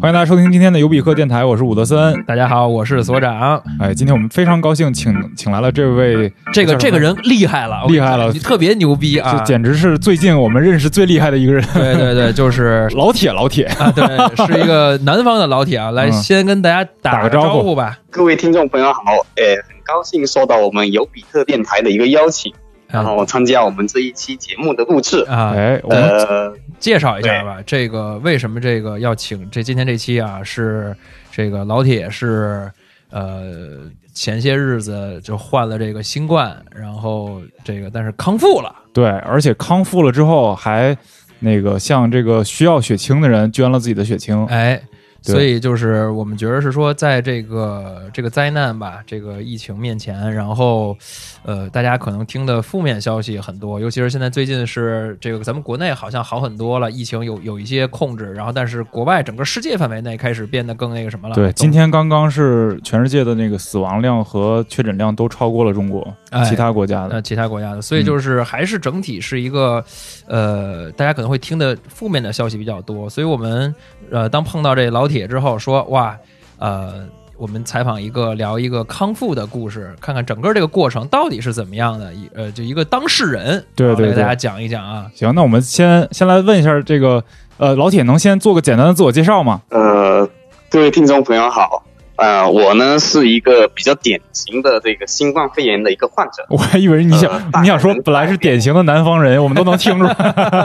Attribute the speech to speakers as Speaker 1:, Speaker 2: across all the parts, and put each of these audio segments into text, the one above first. Speaker 1: 欢迎大家收听今天的尤比克电台，我是伍德森。
Speaker 2: 大家好，我是所长。
Speaker 1: 哎，今天我们非常高兴请，请来了这位，
Speaker 2: 这个
Speaker 1: 叫什
Speaker 2: 这
Speaker 1: 么
Speaker 2: 个人厉害了，我跟你
Speaker 1: 厉害了
Speaker 2: 讲你特别牛逼啊
Speaker 1: 这！简直是最近我们认识最厉害的一个人，
Speaker 2: 对 对对，就是
Speaker 1: 老铁，老铁。
Speaker 2: 啊，对，是 一个南方的老铁啊。来，
Speaker 1: 嗯
Speaker 2: 先跟大家
Speaker 1: 打
Speaker 2: 打
Speaker 1: 个
Speaker 2: 招
Speaker 1: 招呼
Speaker 2: 吧。
Speaker 3: 各位听众朋友好，诶，很高兴收到我们尤比特电台的一个邀请，然后参加我们这一期节目的录制。
Speaker 2: 啊，
Speaker 1: 哎，我们
Speaker 3: 呃，
Speaker 2: 介绍一下吧，这个为什么这个要请这今天这期啊是这个老铁是呃前些日子就患了这个新冠，然后这个但是康复了，
Speaker 1: 对，而且康复了之后还那个向这个需要血清的人捐了自己的血清。
Speaker 2: 哎，
Speaker 1: 对
Speaker 2: 所以就是我们觉得是说，在这个这个灾难吧，这个疫情面前，然后呃，大家可能听的负面消息很多，尤其是现在最近是这个咱们国内好像好很多了，疫情有有一些控制，然后但是国外整个世界范围内开始变得更那个什么了。
Speaker 1: 对，
Speaker 2: 更
Speaker 1: 今天刚刚是全世界的那个死亡量和确诊量都超过了中国、
Speaker 2: 哎
Speaker 1: 其他国家的
Speaker 2: 呃，。其他国家的，所以就是还是整体是一个，呃，大家可能会听的负面的消息比较多，所以我们呃，当碰到这老铁之后说，哇，呃，我们采访一个聊一个康复的故事，看看整个这个过程到底是怎么样的，一呃，就一个当事人，
Speaker 1: 对
Speaker 2: 然后来
Speaker 1: 对
Speaker 2: 给大家
Speaker 1: 对
Speaker 2: 讲一讲啊，
Speaker 1: 行，那我们先先来问一下这个，呃，老铁能先做个简单的自我介绍吗？
Speaker 3: 呃，各位听众朋友好，呃，我呢是一个比较典型的这个新冠肺炎的一个患者。
Speaker 1: 我还以为你想、
Speaker 3: 呃大
Speaker 1: 你想说本来是典型的南方人，我们都能听出来。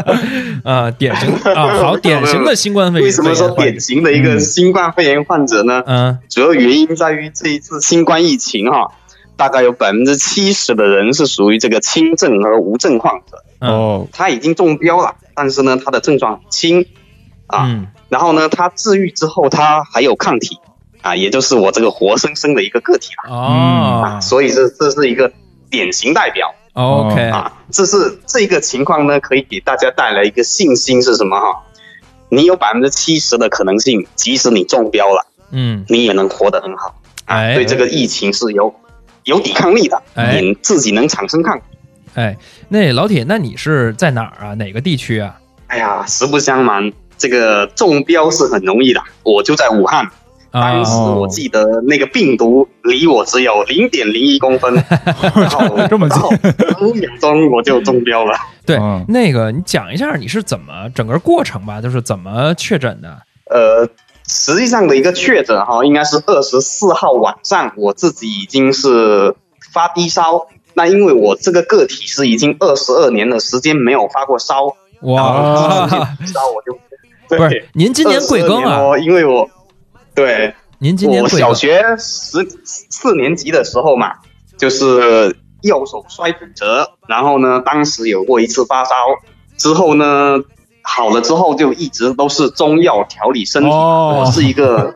Speaker 2: 呃，典型啊，好，典型的新冠肺炎，
Speaker 3: 为什么说
Speaker 2: 肺炎
Speaker 3: 典型的一个新冠肺炎患者呢？
Speaker 2: 嗯
Speaker 3: 主要原因在于这一次新冠疫情哈、大概有百分之七十的人是属于这个轻症和无症患者。
Speaker 2: 嗯
Speaker 1: 哦，
Speaker 3: 他已经中标了，但是呢，他的症状很轻啊。
Speaker 2: 嗯
Speaker 3: 然后呢，他治愈之后，他还有抗体啊，也就是我这个活生生的一个个体了啊。
Speaker 2: 哦
Speaker 3: 所以这这是一个典型代表
Speaker 2: ，OK，
Speaker 3: 啊。这是这个情况呢，可以给大家带来一个信心是什么哈？你有百分之七十的可能性，即使你中标了，
Speaker 2: 嗯，
Speaker 3: 你也能活得很好。
Speaker 2: 哎，
Speaker 3: 对这个疫情是有有抵抗力的，
Speaker 2: 哎
Speaker 3: 你自己能产生抗体。
Speaker 2: 哎，那老铁，那你是在哪儿啊？哪个地区啊？
Speaker 3: 哎呀，实不相瞒，这个中标是很容易的。我就在武汉，
Speaker 2: 啊
Speaker 3: 当时
Speaker 1: 哦
Speaker 3: 我记得那个病毒离我只有零点零 一公分，然后
Speaker 1: 这么近
Speaker 3: 然后五秒钟我就中标了。
Speaker 2: 对
Speaker 1: 嗯，
Speaker 2: 那个你讲一下你是怎么整个过程吧，就是怎么确诊的？
Speaker 3: 呃，实际上的一个确诊哈，应该是二十四号晚上，我自己已经是发低烧。那因为我这个个体是已经二十二年的时间没有发过烧，
Speaker 1: 啊
Speaker 3: 然后第一
Speaker 2: 哇，
Speaker 3: 次见烧我就
Speaker 2: 啊 不是，您今年贵庚啊？
Speaker 3: 啊？因为我对。
Speaker 2: 您今年
Speaker 3: 我
Speaker 2: 贵
Speaker 3: 小
Speaker 2: 庚？啊
Speaker 3: 学十四年级的时候嘛，就是右手摔骨折，然后呢，当时有过一次发烧，之后呢，好了之后就一直都是中药调理身体。
Speaker 1: 哦
Speaker 3: 我是一个，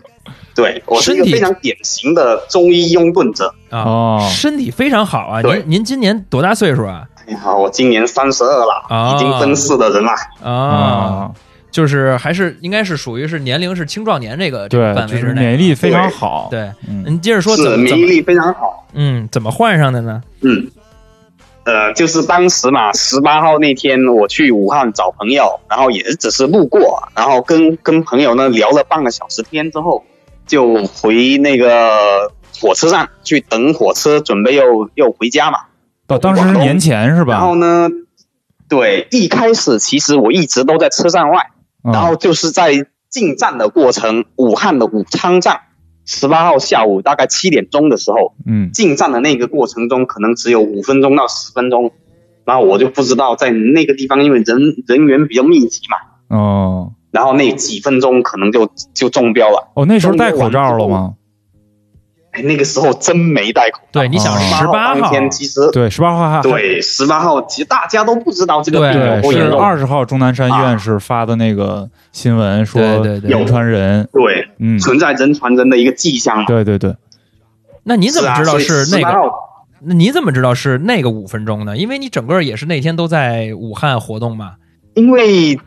Speaker 3: 对我是一
Speaker 2: 身
Speaker 3: 个
Speaker 2: 体
Speaker 3: 非常典型的中医拥趸者。
Speaker 2: 啊，
Speaker 1: 哦，
Speaker 2: 身体非常好啊。
Speaker 3: 对
Speaker 2: 您您今年多大岁数啊？
Speaker 3: 哎呀，我今年三十二了，
Speaker 2: 啊
Speaker 3: 已经奔四的人了。嗯
Speaker 2: 啊，
Speaker 1: 啊，
Speaker 2: 就是还是应该是属于是年龄是青壮年这个这
Speaker 1: 对
Speaker 2: 个，范
Speaker 1: 就
Speaker 2: 围
Speaker 1: 是
Speaker 2: 之
Speaker 1: 免疫
Speaker 2: 内。
Speaker 1: 力非常好。，
Speaker 2: 对，
Speaker 1: 嗯，
Speaker 2: 您接着说怎
Speaker 3: 是
Speaker 2: 么怎
Speaker 3: 免疫
Speaker 2: 么
Speaker 3: 力非常好。
Speaker 2: 嗯怎么患上的呢？
Speaker 3: 嗯，呃，就是当时嘛，十八号那天我去武汉找朋友，然后也只是路过，然后跟跟朋友呢聊了半个小时天之后，就回那个火车站去等火车，准备又又回家嘛。
Speaker 1: 到当时是年前是
Speaker 3: 然
Speaker 1: 吧
Speaker 3: 后？呢，对，一开始其实我一直都在车站外，
Speaker 1: 嗯
Speaker 3: 然后就是在进站的过程，武汉的武昌站，十八号下午大概七点钟的时候，
Speaker 1: 嗯，
Speaker 3: 进站的那个过程中，可能只有五分钟到十分钟，然后我就不知道在那个地方，因为人人员比较密集嘛，
Speaker 1: 哦
Speaker 3: 然后那几分钟可能就就中标了。
Speaker 1: 哦，那时候戴口罩了吗？
Speaker 3: 哎，那个时候真没戴口罩。
Speaker 2: 对，你想
Speaker 1: 哦
Speaker 2: 十八
Speaker 3: 当
Speaker 2: 号，
Speaker 3: 天其实
Speaker 1: 对，十八号还
Speaker 3: 对十八号，其实大家都不知道这个病有啊
Speaker 1: 对，
Speaker 3: 多严
Speaker 1: 是
Speaker 3: 重。
Speaker 1: 二十号钟南山院士发的那个新闻说
Speaker 2: 对对对
Speaker 1: 人传人，
Speaker 3: 对，
Speaker 1: 嗯，
Speaker 3: 存在人传人的一个迹象嘛。啊
Speaker 1: 对对对，
Speaker 2: 那你怎么知道是那
Speaker 3: 18
Speaker 2: 个？
Speaker 3: 号？
Speaker 2: 那你怎么知道是那个五分钟呢？因为你整个也是那天都在武汉活动嘛。
Speaker 3: 因为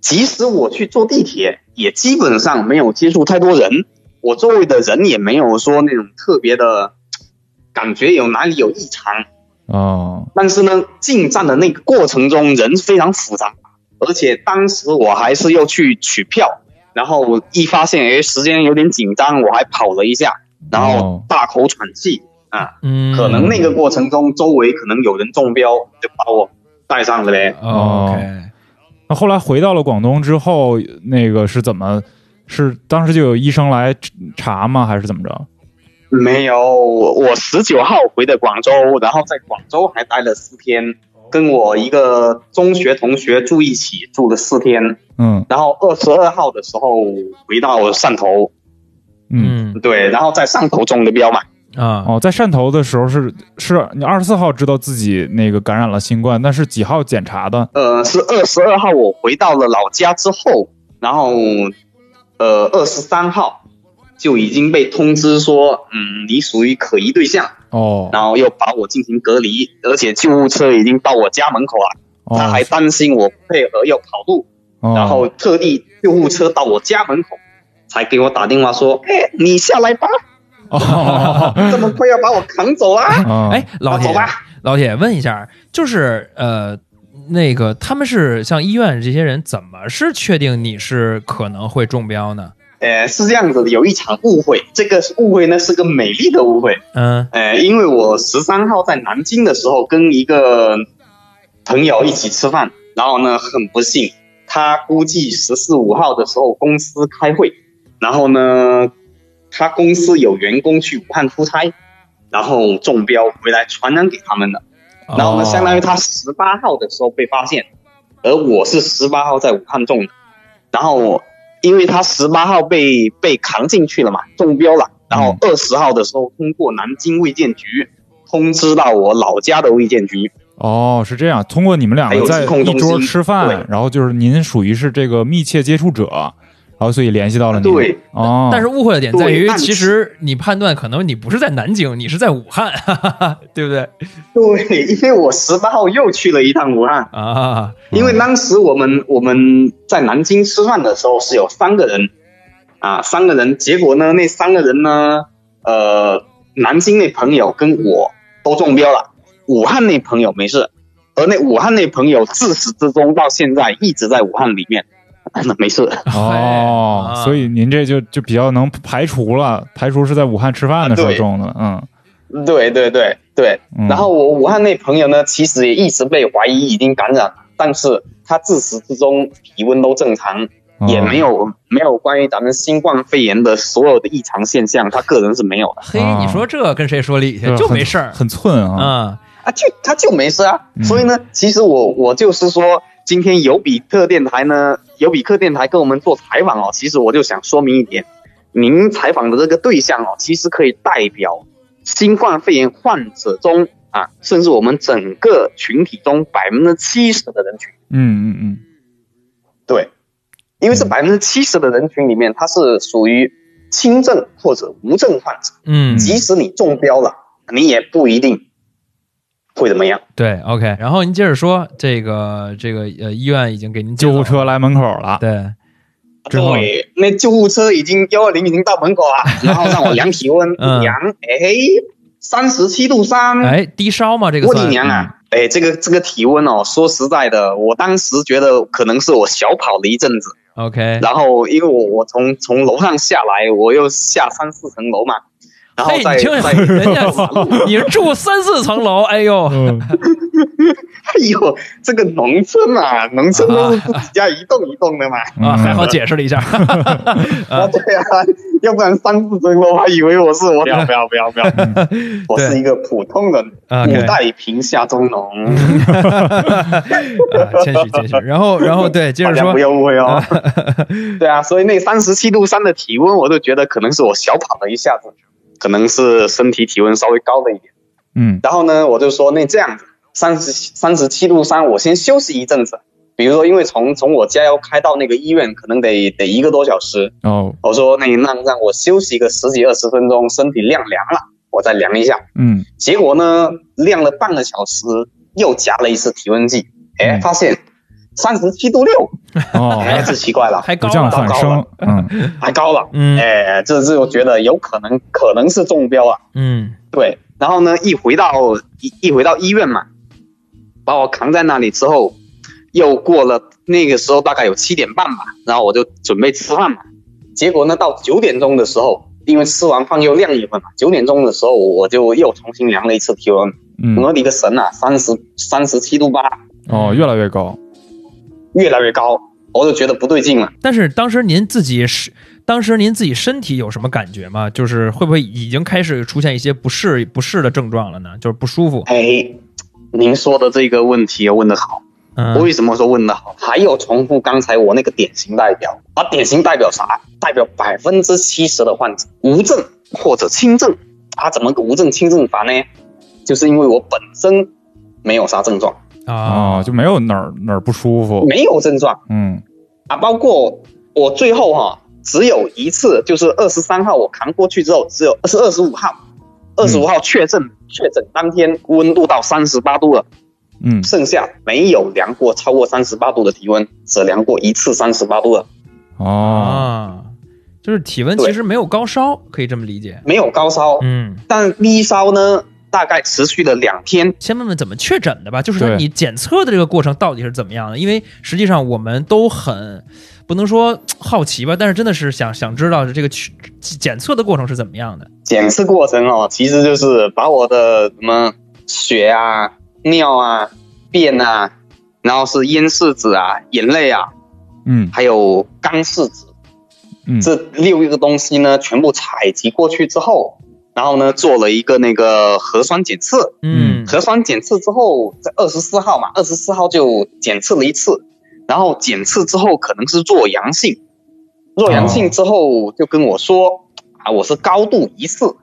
Speaker 3: 即使我去坐地铁，也基本上没有接触太多人，我周围的人也没有说那种特别的感觉有哪里有异常。
Speaker 1: 哦，
Speaker 3: 但是呢，进站的那个过程中人非常复杂，而且当时我还是要去取票，然后我一发现，哎，时间有点紧张，我还跑了一下，然后大口喘气。
Speaker 2: 嗯，
Speaker 3: 可能那个过程中，周围可能有人中标，就把我带上了嘞。
Speaker 2: 哦 OK，
Speaker 1: 那后来回到了广东之后，那个是怎么？是当时就有医生来查吗？还是怎么着？
Speaker 3: 没有，我我十九号回的广州，然后在广州还待了四天，跟我一个中学同学住一起，住了四天。
Speaker 1: 嗯
Speaker 3: 然后二十二号的时候回到汕头，
Speaker 1: 嗯。
Speaker 2: 嗯
Speaker 3: 对，然后在汕头中的标嘛。
Speaker 2: 啊，
Speaker 1: 哦，在汕头的时候是是你二十四号知道自己那个感染了新冠，那是几号检查的？
Speaker 3: 呃，是二十二号我回到了老家之后，然后呃二十三号就已经被通知说，嗯，你属于可疑对象，
Speaker 1: 哦，
Speaker 3: 然后又把我进行隔离，而且救护车已经到我家门口了，
Speaker 1: 哦
Speaker 3: 他还担心我不配合要跑路，
Speaker 1: 哦
Speaker 3: 然后特地救护车到我家门口。才给我打电话说，哎，你下来吧，
Speaker 1: 哦，
Speaker 3: 这么快要把我扛走啊！
Speaker 1: 哦
Speaker 2: 哎，，老铁
Speaker 3: 走，吧，
Speaker 2: 老铁，问一下，就是呃，那个他们是像医院这些人，怎么是确定你是可能会中标呢？
Speaker 3: 呃，是这样子的，有一场误会，这个误会呢是个美丽的误会。
Speaker 2: 嗯
Speaker 3: 呃，因为我十三号在南京的时候跟一个朋友一起吃饭，然后呢，很不幸，他估计十四五号的时候公司开会，然后呢，他公司有员工去武汉出差，然后中标回来传染给他们的。
Speaker 1: 哦
Speaker 3: 然后呢，相当于他十八号的时候被发现，而我是十八号在武汉中的，然后因为他十八号被被扛进去了嘛，中标了，然后二十号的时候通过南京卫健局通知到我老家的卫健局，
Speaker 1: 哦，是这样，通过你们两
Speaker 3: 还
Speaker 1: 个
Speaker 3: 有
Speaker 1: 在
Speaker 3: 疾控
Speaker 1: 一
Speaker 3: 中
Speaker 1: 桌
Speaker 3: 心
Speaker 1: 吃饭
Speaker 3: 对，
Speaker 1: 然后就是您属于是这个密切接触者，然后所以联系到了你。
Speaker 3: 对，
Speaker 1: 哦，
Speaker 2: 但是误会的点在于
Speaker 3: 对，但
Speaker 2: 其实你判断可能你不是在南京，你是在武汉， 哈哈哈，对不对
Speaker 3: 对， 因为我十八号又去了一趟武汉，
Speaker 2: 啊？
Speaker 3: 因为当时我们我们在南京吃饭的时候是有三个人，啊，三个人，结果呢，那三个人呢，呃，南京那朋友跟我都中标了，武汉那朋友没事，而那武汉那朋友自始至终到现在一直在武汉里面， 那没事。
Speaker 1: 哦，
Speaker 2: 嘿啊
Speaker 1: 所以您这就就比较能排除了，排除是在武汉吃饭的时候
Speaker 3: 啊对
Speaker 1: 中的，嗯
Speaker 3: 对对对对，
Speaker 1: 嗯
Speaker 3: 然后我武汉那朋友呢，其实也一直被怀疑已经感染了，但是他自始至终体温都正常，
Speaker 1: 嗯
Speaker 3: 也没有没有关于咱们新冠肺炎的所有的异常现象，他个人是没有的
Speaker 2: 嘿，
Speaker 1: 啊
Speaker 2: 你说这跟谁说理去？
Speaker 1: 对
Speaker 2: 就
Speaker 1: 很
Speaker 2: 没事儿
Speaker 1: 很寸啊。
Speaker 2: 啊。
Speaker 3: 啊，就他就没事啊。
Speaker 1: 嗯
Speaker 3: 所以呢，其实我我就是说，今天尤比克电台呢，尤比克电台跟我们做采访哦，其实我就想说明一点，您采访的这个对象哦，其实可以代表新冠肺炎患者中啊，甚至我们整个群体中百分之七十的人群。
Speaker 1: 嗯嗯嗯，
Speaker 3: 对，因为这
Speaker 1: 嗯
Speaker 3: 百分之七十的人群里面，他是属于轻症或者无症患者，
Speaker 2: 嗯，
Speaker 3: 即使你中标了，你也不一定会怎么样。
Speaker 2: 对，OK。然后您接着说，这个这个呃，医院已经给您接
Speaker 1: 救护
Speaker 2: 走了，
Speaker 1: 车来门口了，
Speaker 2: 对，
Speaker 1: 之后
Speaker 3: 对，那救护车已经幺二零已经到门口 了，然后让我量体温，
Speaker 2: 嗯
Speaker 3: 一量，哎，三十七度三，
Speaker 2: 哎，低烧吗？这个
Speaker 3: 我
Speaker 2: 算嗯
Speaker 3: 的娘啊！哎，这个这个体温哦，说实在的，我当时觉得可能是我小跑了一阵子，
Speaker 2: ，OK。
Speaker 3: 然后因为我我从从楼上下来，我又下三四层楼嘛，然后
Speaker 2: 嘿，
Speaker 3: 再
Speaker 2: 哎你听
Speaker 3: 再
Speaker 2: 听，人家你是住三四层楼，哎呦，
Speaker 1: 嗯
Speaker 3: 哎呦，这个农村啊，农村都是自己家一栋一栋的嘛。
Speaker 2: 啊，还
Speaker 3: 嗯
Speaker 2: 好解释了一下，
Speaker 3: 啊，对啊，要不然三四层楼还以为我是我。不要不要不要不要， 我是一个普通的
Speaker 2: ，OK
Speaker 3: 五代贫下中农，
Speaker 2: 啊，谦虚谦虚。然后，然后对，接
Speaker 3: 大
Speaker 2: 着
Speaker 3: 家
Speaker 2: 说
Speaker 3: 不，要误会哦。 对啊，所以那三十七度三的体温，我都觉得可能是我小跑了一下子，可能是身体体温稍微高了一点。
Speaker 1: 嗯
Speaker 3: 然后呢，我就说那这样子，三十三十七度三，我先休息一阵子。比如说，因为从从我家要开到那个医院，可能得得一个多小时。
Speaker 1: 哦
Speaker 3: 我说那你让让我休息个十几二十分钟，身体晾凉了，我再量一下。
Speaker 1: 嗯
Speaker 3: 结果呢，晾了半个小时，又夹了一次体温计，哎
Speaker 1: 嗯，
Speaker 3: 发现三十七度六，
Speaker 1: 哦，
Speaker 3: 哎，这奇怪了，
Speaker 2: 还高
Speaker 1: 不降
Speaker 2: 了，
Speaker 1: 反升，嗯
Speaker 3: 还高了，
Speaker 2: 嗯
Speaker 3: 哎，这这我觉得有可能可能是中标啊。
Speaker 2: 嗯
Speaker 3: 对，然后呢，一回到一一回到医院嘛，把我扛在那里之后，又过了那个时候大概有七点半吧，然后我就准备吃饭嘛。结果呢，到九点钟的时候，因为吃完饭又晾一份嘛，九点钟的时候我就又重新量了一次体温，
Speaker 1: 嗯，
Speaker 3: 我的个神啊，三十三十七度八，
Speaker 1: 哦，越来越高，
Speaker 3: 越来越高，我就觉得不对劲了。
Speaker 2: 但是当时您自己是，当时您自己身体有什么感觉吗？就是会不会已经开始出现一些不适不适的症状了呢？就是不舒服。
Speaker 3: 哎，您说的这个问题问得好，我
Speaker 2: 嗯
Speaker 3: 为什么说问得好？还有重复刚才我那个典型代表，而典型代表啥？代表百分之七十的患者无症或者轻症。他怎么个无症轻症法呢？就是因为我本身没有啥症状，
Speaker 1: 啊，
Speaker 2: 啊，
Speaker 1: 就没有哪儿哪儿不舒服，
Speaker 3: 没有症状。
Speaker 1: 嗯，
Speaker 3: 啊，包括我最后哈、只有一次，就是二十三号我扛过去之后，只有是二十五号，二十五号确诊、确诊当天温度到三十八度了，
Speaker 1: 嗯，
Speaker 3: 剩下没有量过超过三十八度的体温，只量过一次三十八度了，
Speaker 1: 哦，
Speaker 2: 啊，就是体温其实没有高烧，可以这么理解。
Speaker 3: 没有高烧，
Speaker 2: 嗯，
Speaker 3: 但低烧呢，大概持续了两天。
Speaker 2: 先问问怎么确诊的吧，就是说
Speaker 1: 对
Speaker 2: 你检测的这个过程到底是怎么样的？因为实际上我们都很不能说好奇吧，但是真的是想想知道这个去检测的过程是怎么样的。
Speaker 3: 检测过程哦，其实就是把我的什么血啊、尿啊、便啊，然后是咽拭子啊、眼泪啊，
Speaker 1: 嗯
Speaker 3: 还有钢试纸，
Speaker 1: 嗯
Speaker 3: 这六个东西呢全部采集过去之后，然后呢做了一个那个核酸检测，
Speaker 2: 嗯，
Speaker 3: 核酸检测之后，在二十四号嘛，二十四号就检测了一次，然后检测之后可能是弱阳性，弱阳性之后就跟我说啊，我是高度疑似。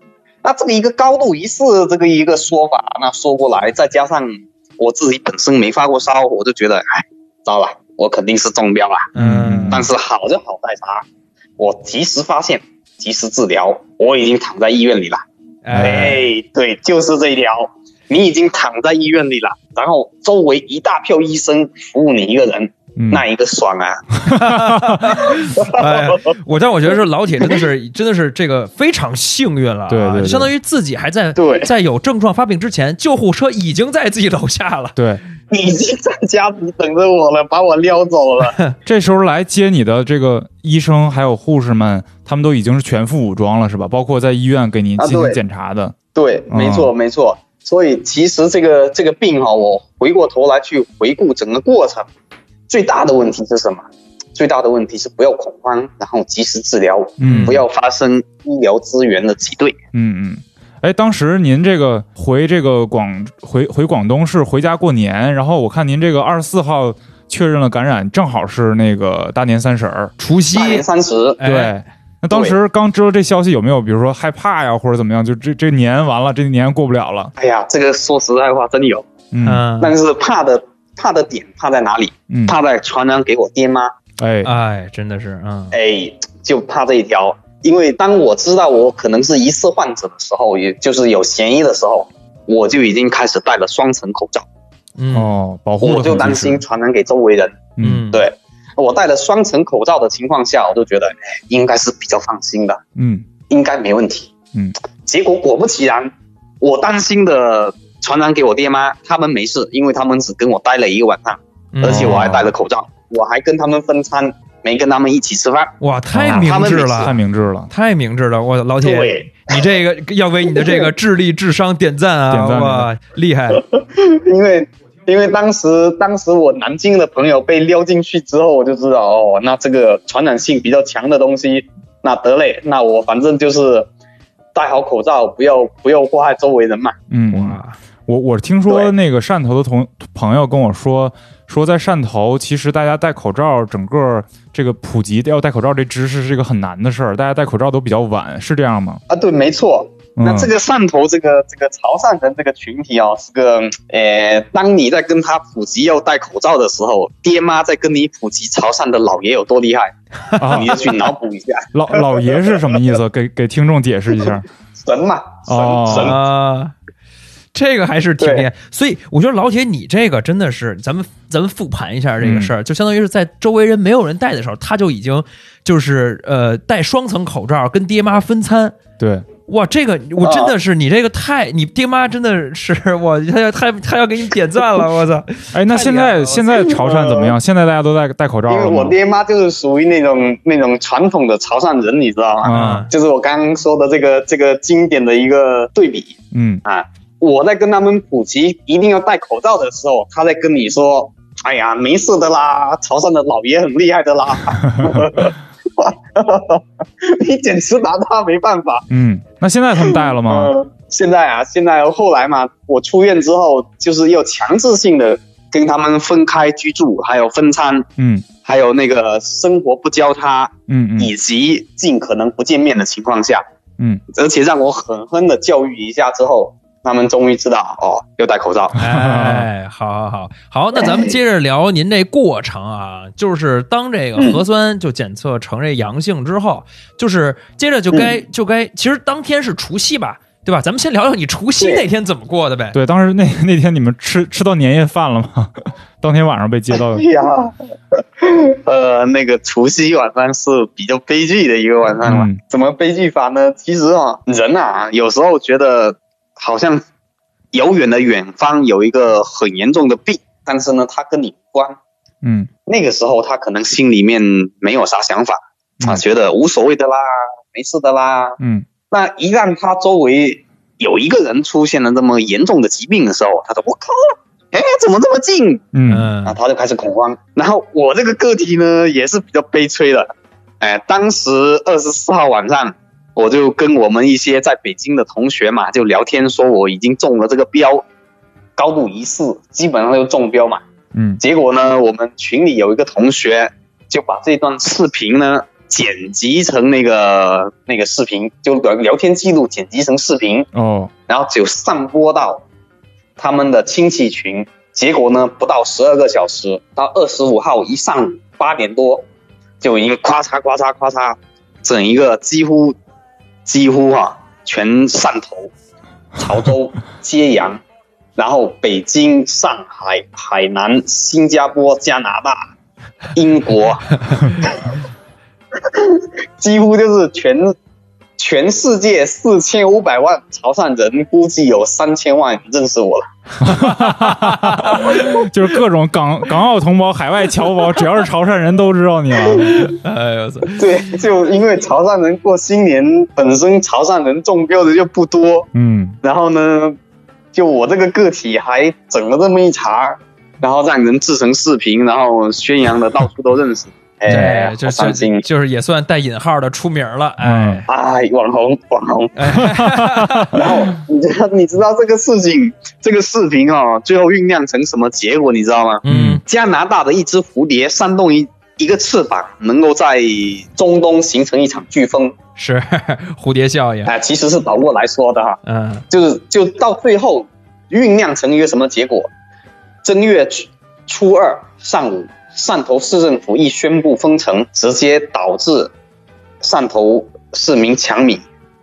Speaker 3: 那这个一个高度疑似这个一个说法，那说过来，再加上我自己本身没发过烧，我就觉得，哎，糟了，我肯定是中标了。
Speaker 1: 嗯
Speaker 3: 但是好就好在啥？我及时发现，及时治疗，我已经躺在医院里了。
Speaker 2: 哎，
Speaker 3: 哎，对，就是这一条，你已经躺在医院里了，然后周围一大票医生服务你一个人，
Speaker 1: 嗯
Speaker 3: 那一个爽啊！
Speaker 2: 哎，我但我觉得是老铁真的是 真的是这个非常幸运了啊，
Speaker 1: 对对对
Speaker 2: 相当于自己还在
Speaker 3: 对
Speaker 2: 在有症状发病之前，救护车已经在自己楼下了。
Speaker 1: 对，
Speaker 3: 你已经在家里等着我了，把我撩走了。
Speaker 1: 这时候来接你的这个医生还有护士们，他们都已经是全副武装了，是吧？包括在医院给您
Speaker 3: 啊
Speaker 1: 进行
Speaker 3: 对
Speaker 1: 检查的，
Speaker 3: 对，没错，没错。所以其实这个这个病哈、我回过头来去回顾整个过程，最大的问题是什么？最大的问题是不要恐慌，然后及时治疗，
Speaker 1: 嗯
Speaker 3: 不要发生医疗资源的挤兑。
Speaker 1: 嗯嗯。哎，当时您这个回这个广回回广东是回家过年，然后我看您这个二十四号确认了感染，正好是那个大年三十儿，
Speaker 2: 除夕
Speaker 3: 大年三十，
Speaker 2: 哎
Speaker 1: 对。那当时刚知道这消息，有没有比如说害怕呀，或者怎么样？就这这年完了，这年过不了了。
Speaker 3: 哎呀，这个说实在话真有，
Speaker 1: 嗯
Speaker 2: 嗯，
Speaker 3: 但是怕的怕的点怕在哪里？
Speaker 1: 嗯，
Speaker 3: 怕在传染给我爹妈，
Speaker 1: 哎，
Speaker 2: 哎，真的是嗯，
Speaker 3: 哎，就怕这一条。因为当我知道我可能是疑似患者的时候，也就是有嫌疑的时候，我就已经开始戴了双层口罩。
Speaker 2: 嗯
Speaker 1: 哦，保护得
Speaker 3: 我就
Speaker 1: 很
Speaker 3: 担
Speaker 1: 及时
Speaker 3: 心，传染给周围人。
Speaker 1: 嗯
Speaker 2: 嗯，
Speaker 3: 对我戴了双层口罩的情况下，我就觉得哎应该是比较放心的，
Speaker 1: 嗯
Speaker 3: 应该没问题。
Speaker 1: 嗯，
Speaker 3: 结果果不其然，我担心的传染给我爹妈，他们没事，因为他们只跟我待了一个晚上，
Speaker 2: 嗯，
Speaker 3: 而且我还戴了口罩，我还跟他们分餐，没跟他们一起吃饭。
Speaker 2: 哇，太
Speaker 1: 啊
Speaker 2: 明
Speaker 3: 他们
Speaker 2: 智
Speaker 3: 每次
Speaker 1: 太
Speaker 2: 了。
Speaker 1: 明智了，
Speaker 2: 太明智了，我老铁
Speaker 3: 对，
Speaker 2: 你这个要为你的这个智力、智商点赞啊！
Speaker 1: 点赞
Speaker 2: 哇，厉害！
Speaker 3: 因为因为当时当时我南京的朋友被撩进去之后，我就知道哦，那这个传染性比较强的东西，那得嘞，那我反正就是戴好口罩，不要不要祸害周围人嘛。
Speaker 1: 嗯，嗯
Speaker 2: 哇，
Speaker 1: 我我听说
Speaker 3: 对
Speaker 1: 那个汕头的同朋友跟我说，说在汕头其实大家戴口罩，整个这个普及要戴口罩这知识是一个很难的事儿，大家戴口罩都比较晚，是这样吗？
Speaker 3: 啊，对，没错。
Speaker 1: 嗯、
Speaker 3: 那这个汕头这个这个潮汕人这个群体哦，是个呃，当你在跟他普及要戴口罩的时候，爹妈在跟你普及潮汕的老爷有多厉害，
Speaker 1: 啊
Speaker 3: 你就去脑补 一下，
Speaker 1: 老老爷是什么意思？给给听众解释一下。
Speaker 3: 神嘛，神、
Speaker 1: 哦
Speaker 3: 神
Speaker 2: 啊，这个还是挺
Speaker 3: 对
Speaker 2: 厉害。所以我觉得老铁，你这个真的是，咱们咱们复盘一下这个事儿，
Speaker 1: 嗯
Speaker 2: 就相当于是在周围人没有人带的时候，他就已经就是呃戴双层口罩，跟爹妈分餐，
Speaker 1: 对，
Speaker 2: 哇，这个我真的是你这个太你爹妈真的是我，他要他他要给你点赞了，我操！
Speaker 1: 哎，那
Speaker 2: 太厉
Speaker 1: 现
Speaker 2: 害
Speaker 1: 在
Speaker 2: 了
Speaker 1: 现在潮汕怎么样？现在大家都戴戴口罩
Speaker 3: 因为
Speaker 1: 了
Speaker 3: 我
Speaker 1: 吗？
Speaker 3: 爹妈就是属于那种那种传统的潮汕人，你知道吗？
Speaker 1: 啊，
Speaker 3: 就是我刚刚说的这个这个经典的一个对比
Speaker 1: 嗯
Speaker 3: 啊。我在跟他们普及一定要戴口罩的时候，他在跟你说：“哎呀，没事的啦，潮汕的老爷很厉害的啦。” 你简直拿他没办法。
Speaker 1: 嗯，那现在他们戴了吗？
Speaker 3: 呃，现在啊，现在后来嘛，我出院之后，就是要强制性的跟他们分开居住，还有分餐，
Speaker 1: 嗯
Speaker 3: 还有那个生活不交叉，
Speaker 1: 嗯嗯
Speaker 3: 以及尽可能不见面的情况下，
Speaker 1: 嗯，
Speaker 3: 而且让我狠狠的教育一下之后，他们终于知道哦，要戴口罩。
Speaker 2: 哎，好好好好，那咱们接着聊您这过程啊，就是当这个核酸就检测成这阳性之后，就是接着就该
Speaker 3: 嗯
Speaker 2: 就该，其实当天是除夕吧，对吧？咱们先聊聊你除夕
Speaker 3: 对
Speaker 2: 那天怎么过的呗。
Speaker 1: 对，当时那 那天你们吃吃到年夜饭了吗？ 当天晚上被接到
Speaker 3: 哎， 呀，呃，那个除夕晚上是比较悲剧的一个晚上嘛。
Speaker 1: 嗯
Speaker 3: 怎么悲剧法呢？其实啊，人啊，有时候觉得好像遥远的远方有一个很严重的病，但是呢，他跟你无关。
Speaker 1: 嗯
Speaker 3: 那个时候他可能心里面没有啥想法
Speaker 1: 嗯
Speaker 3: 啊，觉得无所谓的啦，没事的啦。
Speaker 1: 嗯
Speaker 3: 那一旦他周围有一个人出现了这么严重的疾病的时候，他说：“我靠，哎，怎么这么近？”
Speaker 1: 嗯
Speaker 2: 嗯
Speaker 3: 然后他就开始恐慌。然后我这个个体呢，也是比较悲催的。哎，当时二十四号晚上，我就跟我们一些在北京的同学嘛，就聊天说我已经中了这个标，高度疑似，基本上就中标嘛。
Speaker 1: 嗯
Speaker 3: 结果呢，我们群里有一个同学就把这段视频呢剪辑成那个那个视频，就聊聊天记录剪辑成视频，
Speaker 1: 哦
Speaker 3: 然后就上播到他们的亲戚群。结果呢，不到十二个小时，到二十五号一上午八点多，就一个咔嚓咔嚓咔嚓，整一个几乎几乎啊，全汕头、潮州、揭阳， 然后北京、上海、海南、新加坡、加拿大、英国，几乎就是全全世界四千五百万潮汕人，估计有三千万认识我了。
Speaker 1: 就是各种港港澳同胞、海外侨胞，只要是潮汕人都知道你了。
Speaker 2: 哎呦我操！
Speaker 3: 对，就因为潮汕人过新年，本身潮汕人中标的就不多，
Speaker 1: 嗯
Speaker 3: 然后呢，就我这个个体还整了这么一茬，然后让人制成视频，然后宣扬的到处都认识，哎，
Speaker 2: 这
Speaker 3: 好伤
Speaker 2: 这
Speaker 3: 心。
Speaker 2: 就是也算带引号的出名了，哎，
Speaker 3: 哎，网红，网红。然后你知道，你知道这个事情，这个视频哦，最后酝酿成什么结果，你知道吗？
Speaker 2: 嗯
Speaker 3: 加拿大的一只蝴蝶扇动一一个翅膀，能够在中东形成一场飓风，
Speaker 2: 是 蝴蝶效应
Speaker 3: 啊、，其实是倒过来说的哈，
Speaker 2: 嗯
Speaker 3: 就是就到最后酝酿成一个什么结果？正月初初二上午，汕头市政府一宣布封城，直接导致汕头市民抢米，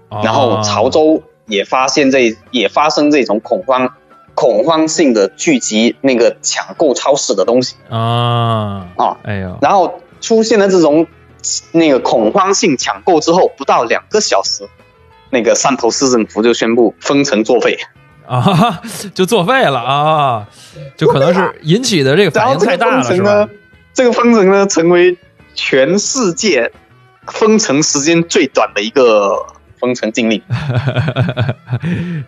Speaker 2: 啊
Speaker 3: 然后
Speaker 2: 哦
Speaker 3: 潮州也发现这也发生这种恐慌。恐慌性的聚集那个抢购超市的东西
Speaker 2: 啊，
Speaker 3: 啊，
Speaker 2: 哎呦，
Speaker 3: 然后出现了这种那个恐慌性抢购之后，不到两个小时，那个汕头市政府就宣布封城作废。
Speaker 2: 啊，就作废了啊，就可能是引起的这个反
Speaker 3: 然后
Speaker 2: 应
Speaker 3: 这
Speaker 2: 太
Speaker 3: 个
Speaker 2: 大
Speaker 3: 封
Speaker 2: 了，是
Speaker 3: 城
Speaker 2: 吧
Speaker 3: 呢？，这个封城呢，成为全世界封城时间最短的一个封城经历。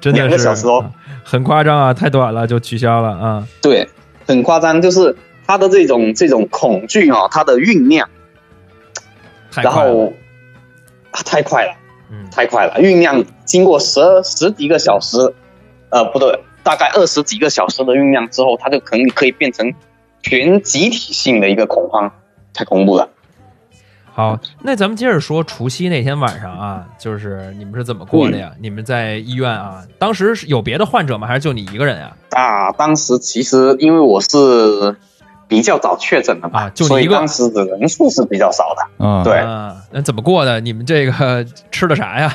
Speaker 2: 真的是
Speaker 3: 两个小时哦
Speaker 2: 很夸张啊，太短了就取消了啊。
Speaker 3: 对，很夸张，就是他的这种这种恐惧哦，他的酝酿，
Speaker 2: 太
Speaker 3: 然
Speaker 2: 快了
Speaker 3: 后啊太快了。
Speaker 2: 嗯
Speaker 3: 太快了，酝酿经过十十几个小时，呃，不对，大概二十几个小时的酝酿之后，它就可能可以变成全集体性的一个恐慌，太恐怖了。
Speaker 2: 好，那咱们接着说除夕那天晚上啊，就是你们是怎么过的呀？
Speaker 3: 嗯
Speaker 2: 你们在医院啊，当时是有别的患者吗？还是就你一个人呀？
Speaker 3: 啊，当时其实因为我是比较早确诊的嘛，
Speaker 2: 啊就你
Speaker 3: 所
Speaker 2: 一
Speaker 3: 以
Speaker 2: 个
Speaker 3: 当时的人数是比较少的。
Speaker 1: 啊，
Speaker 3: 对
Speaker 2: 啊，那怎么过的？你们这个吃的 啥呀？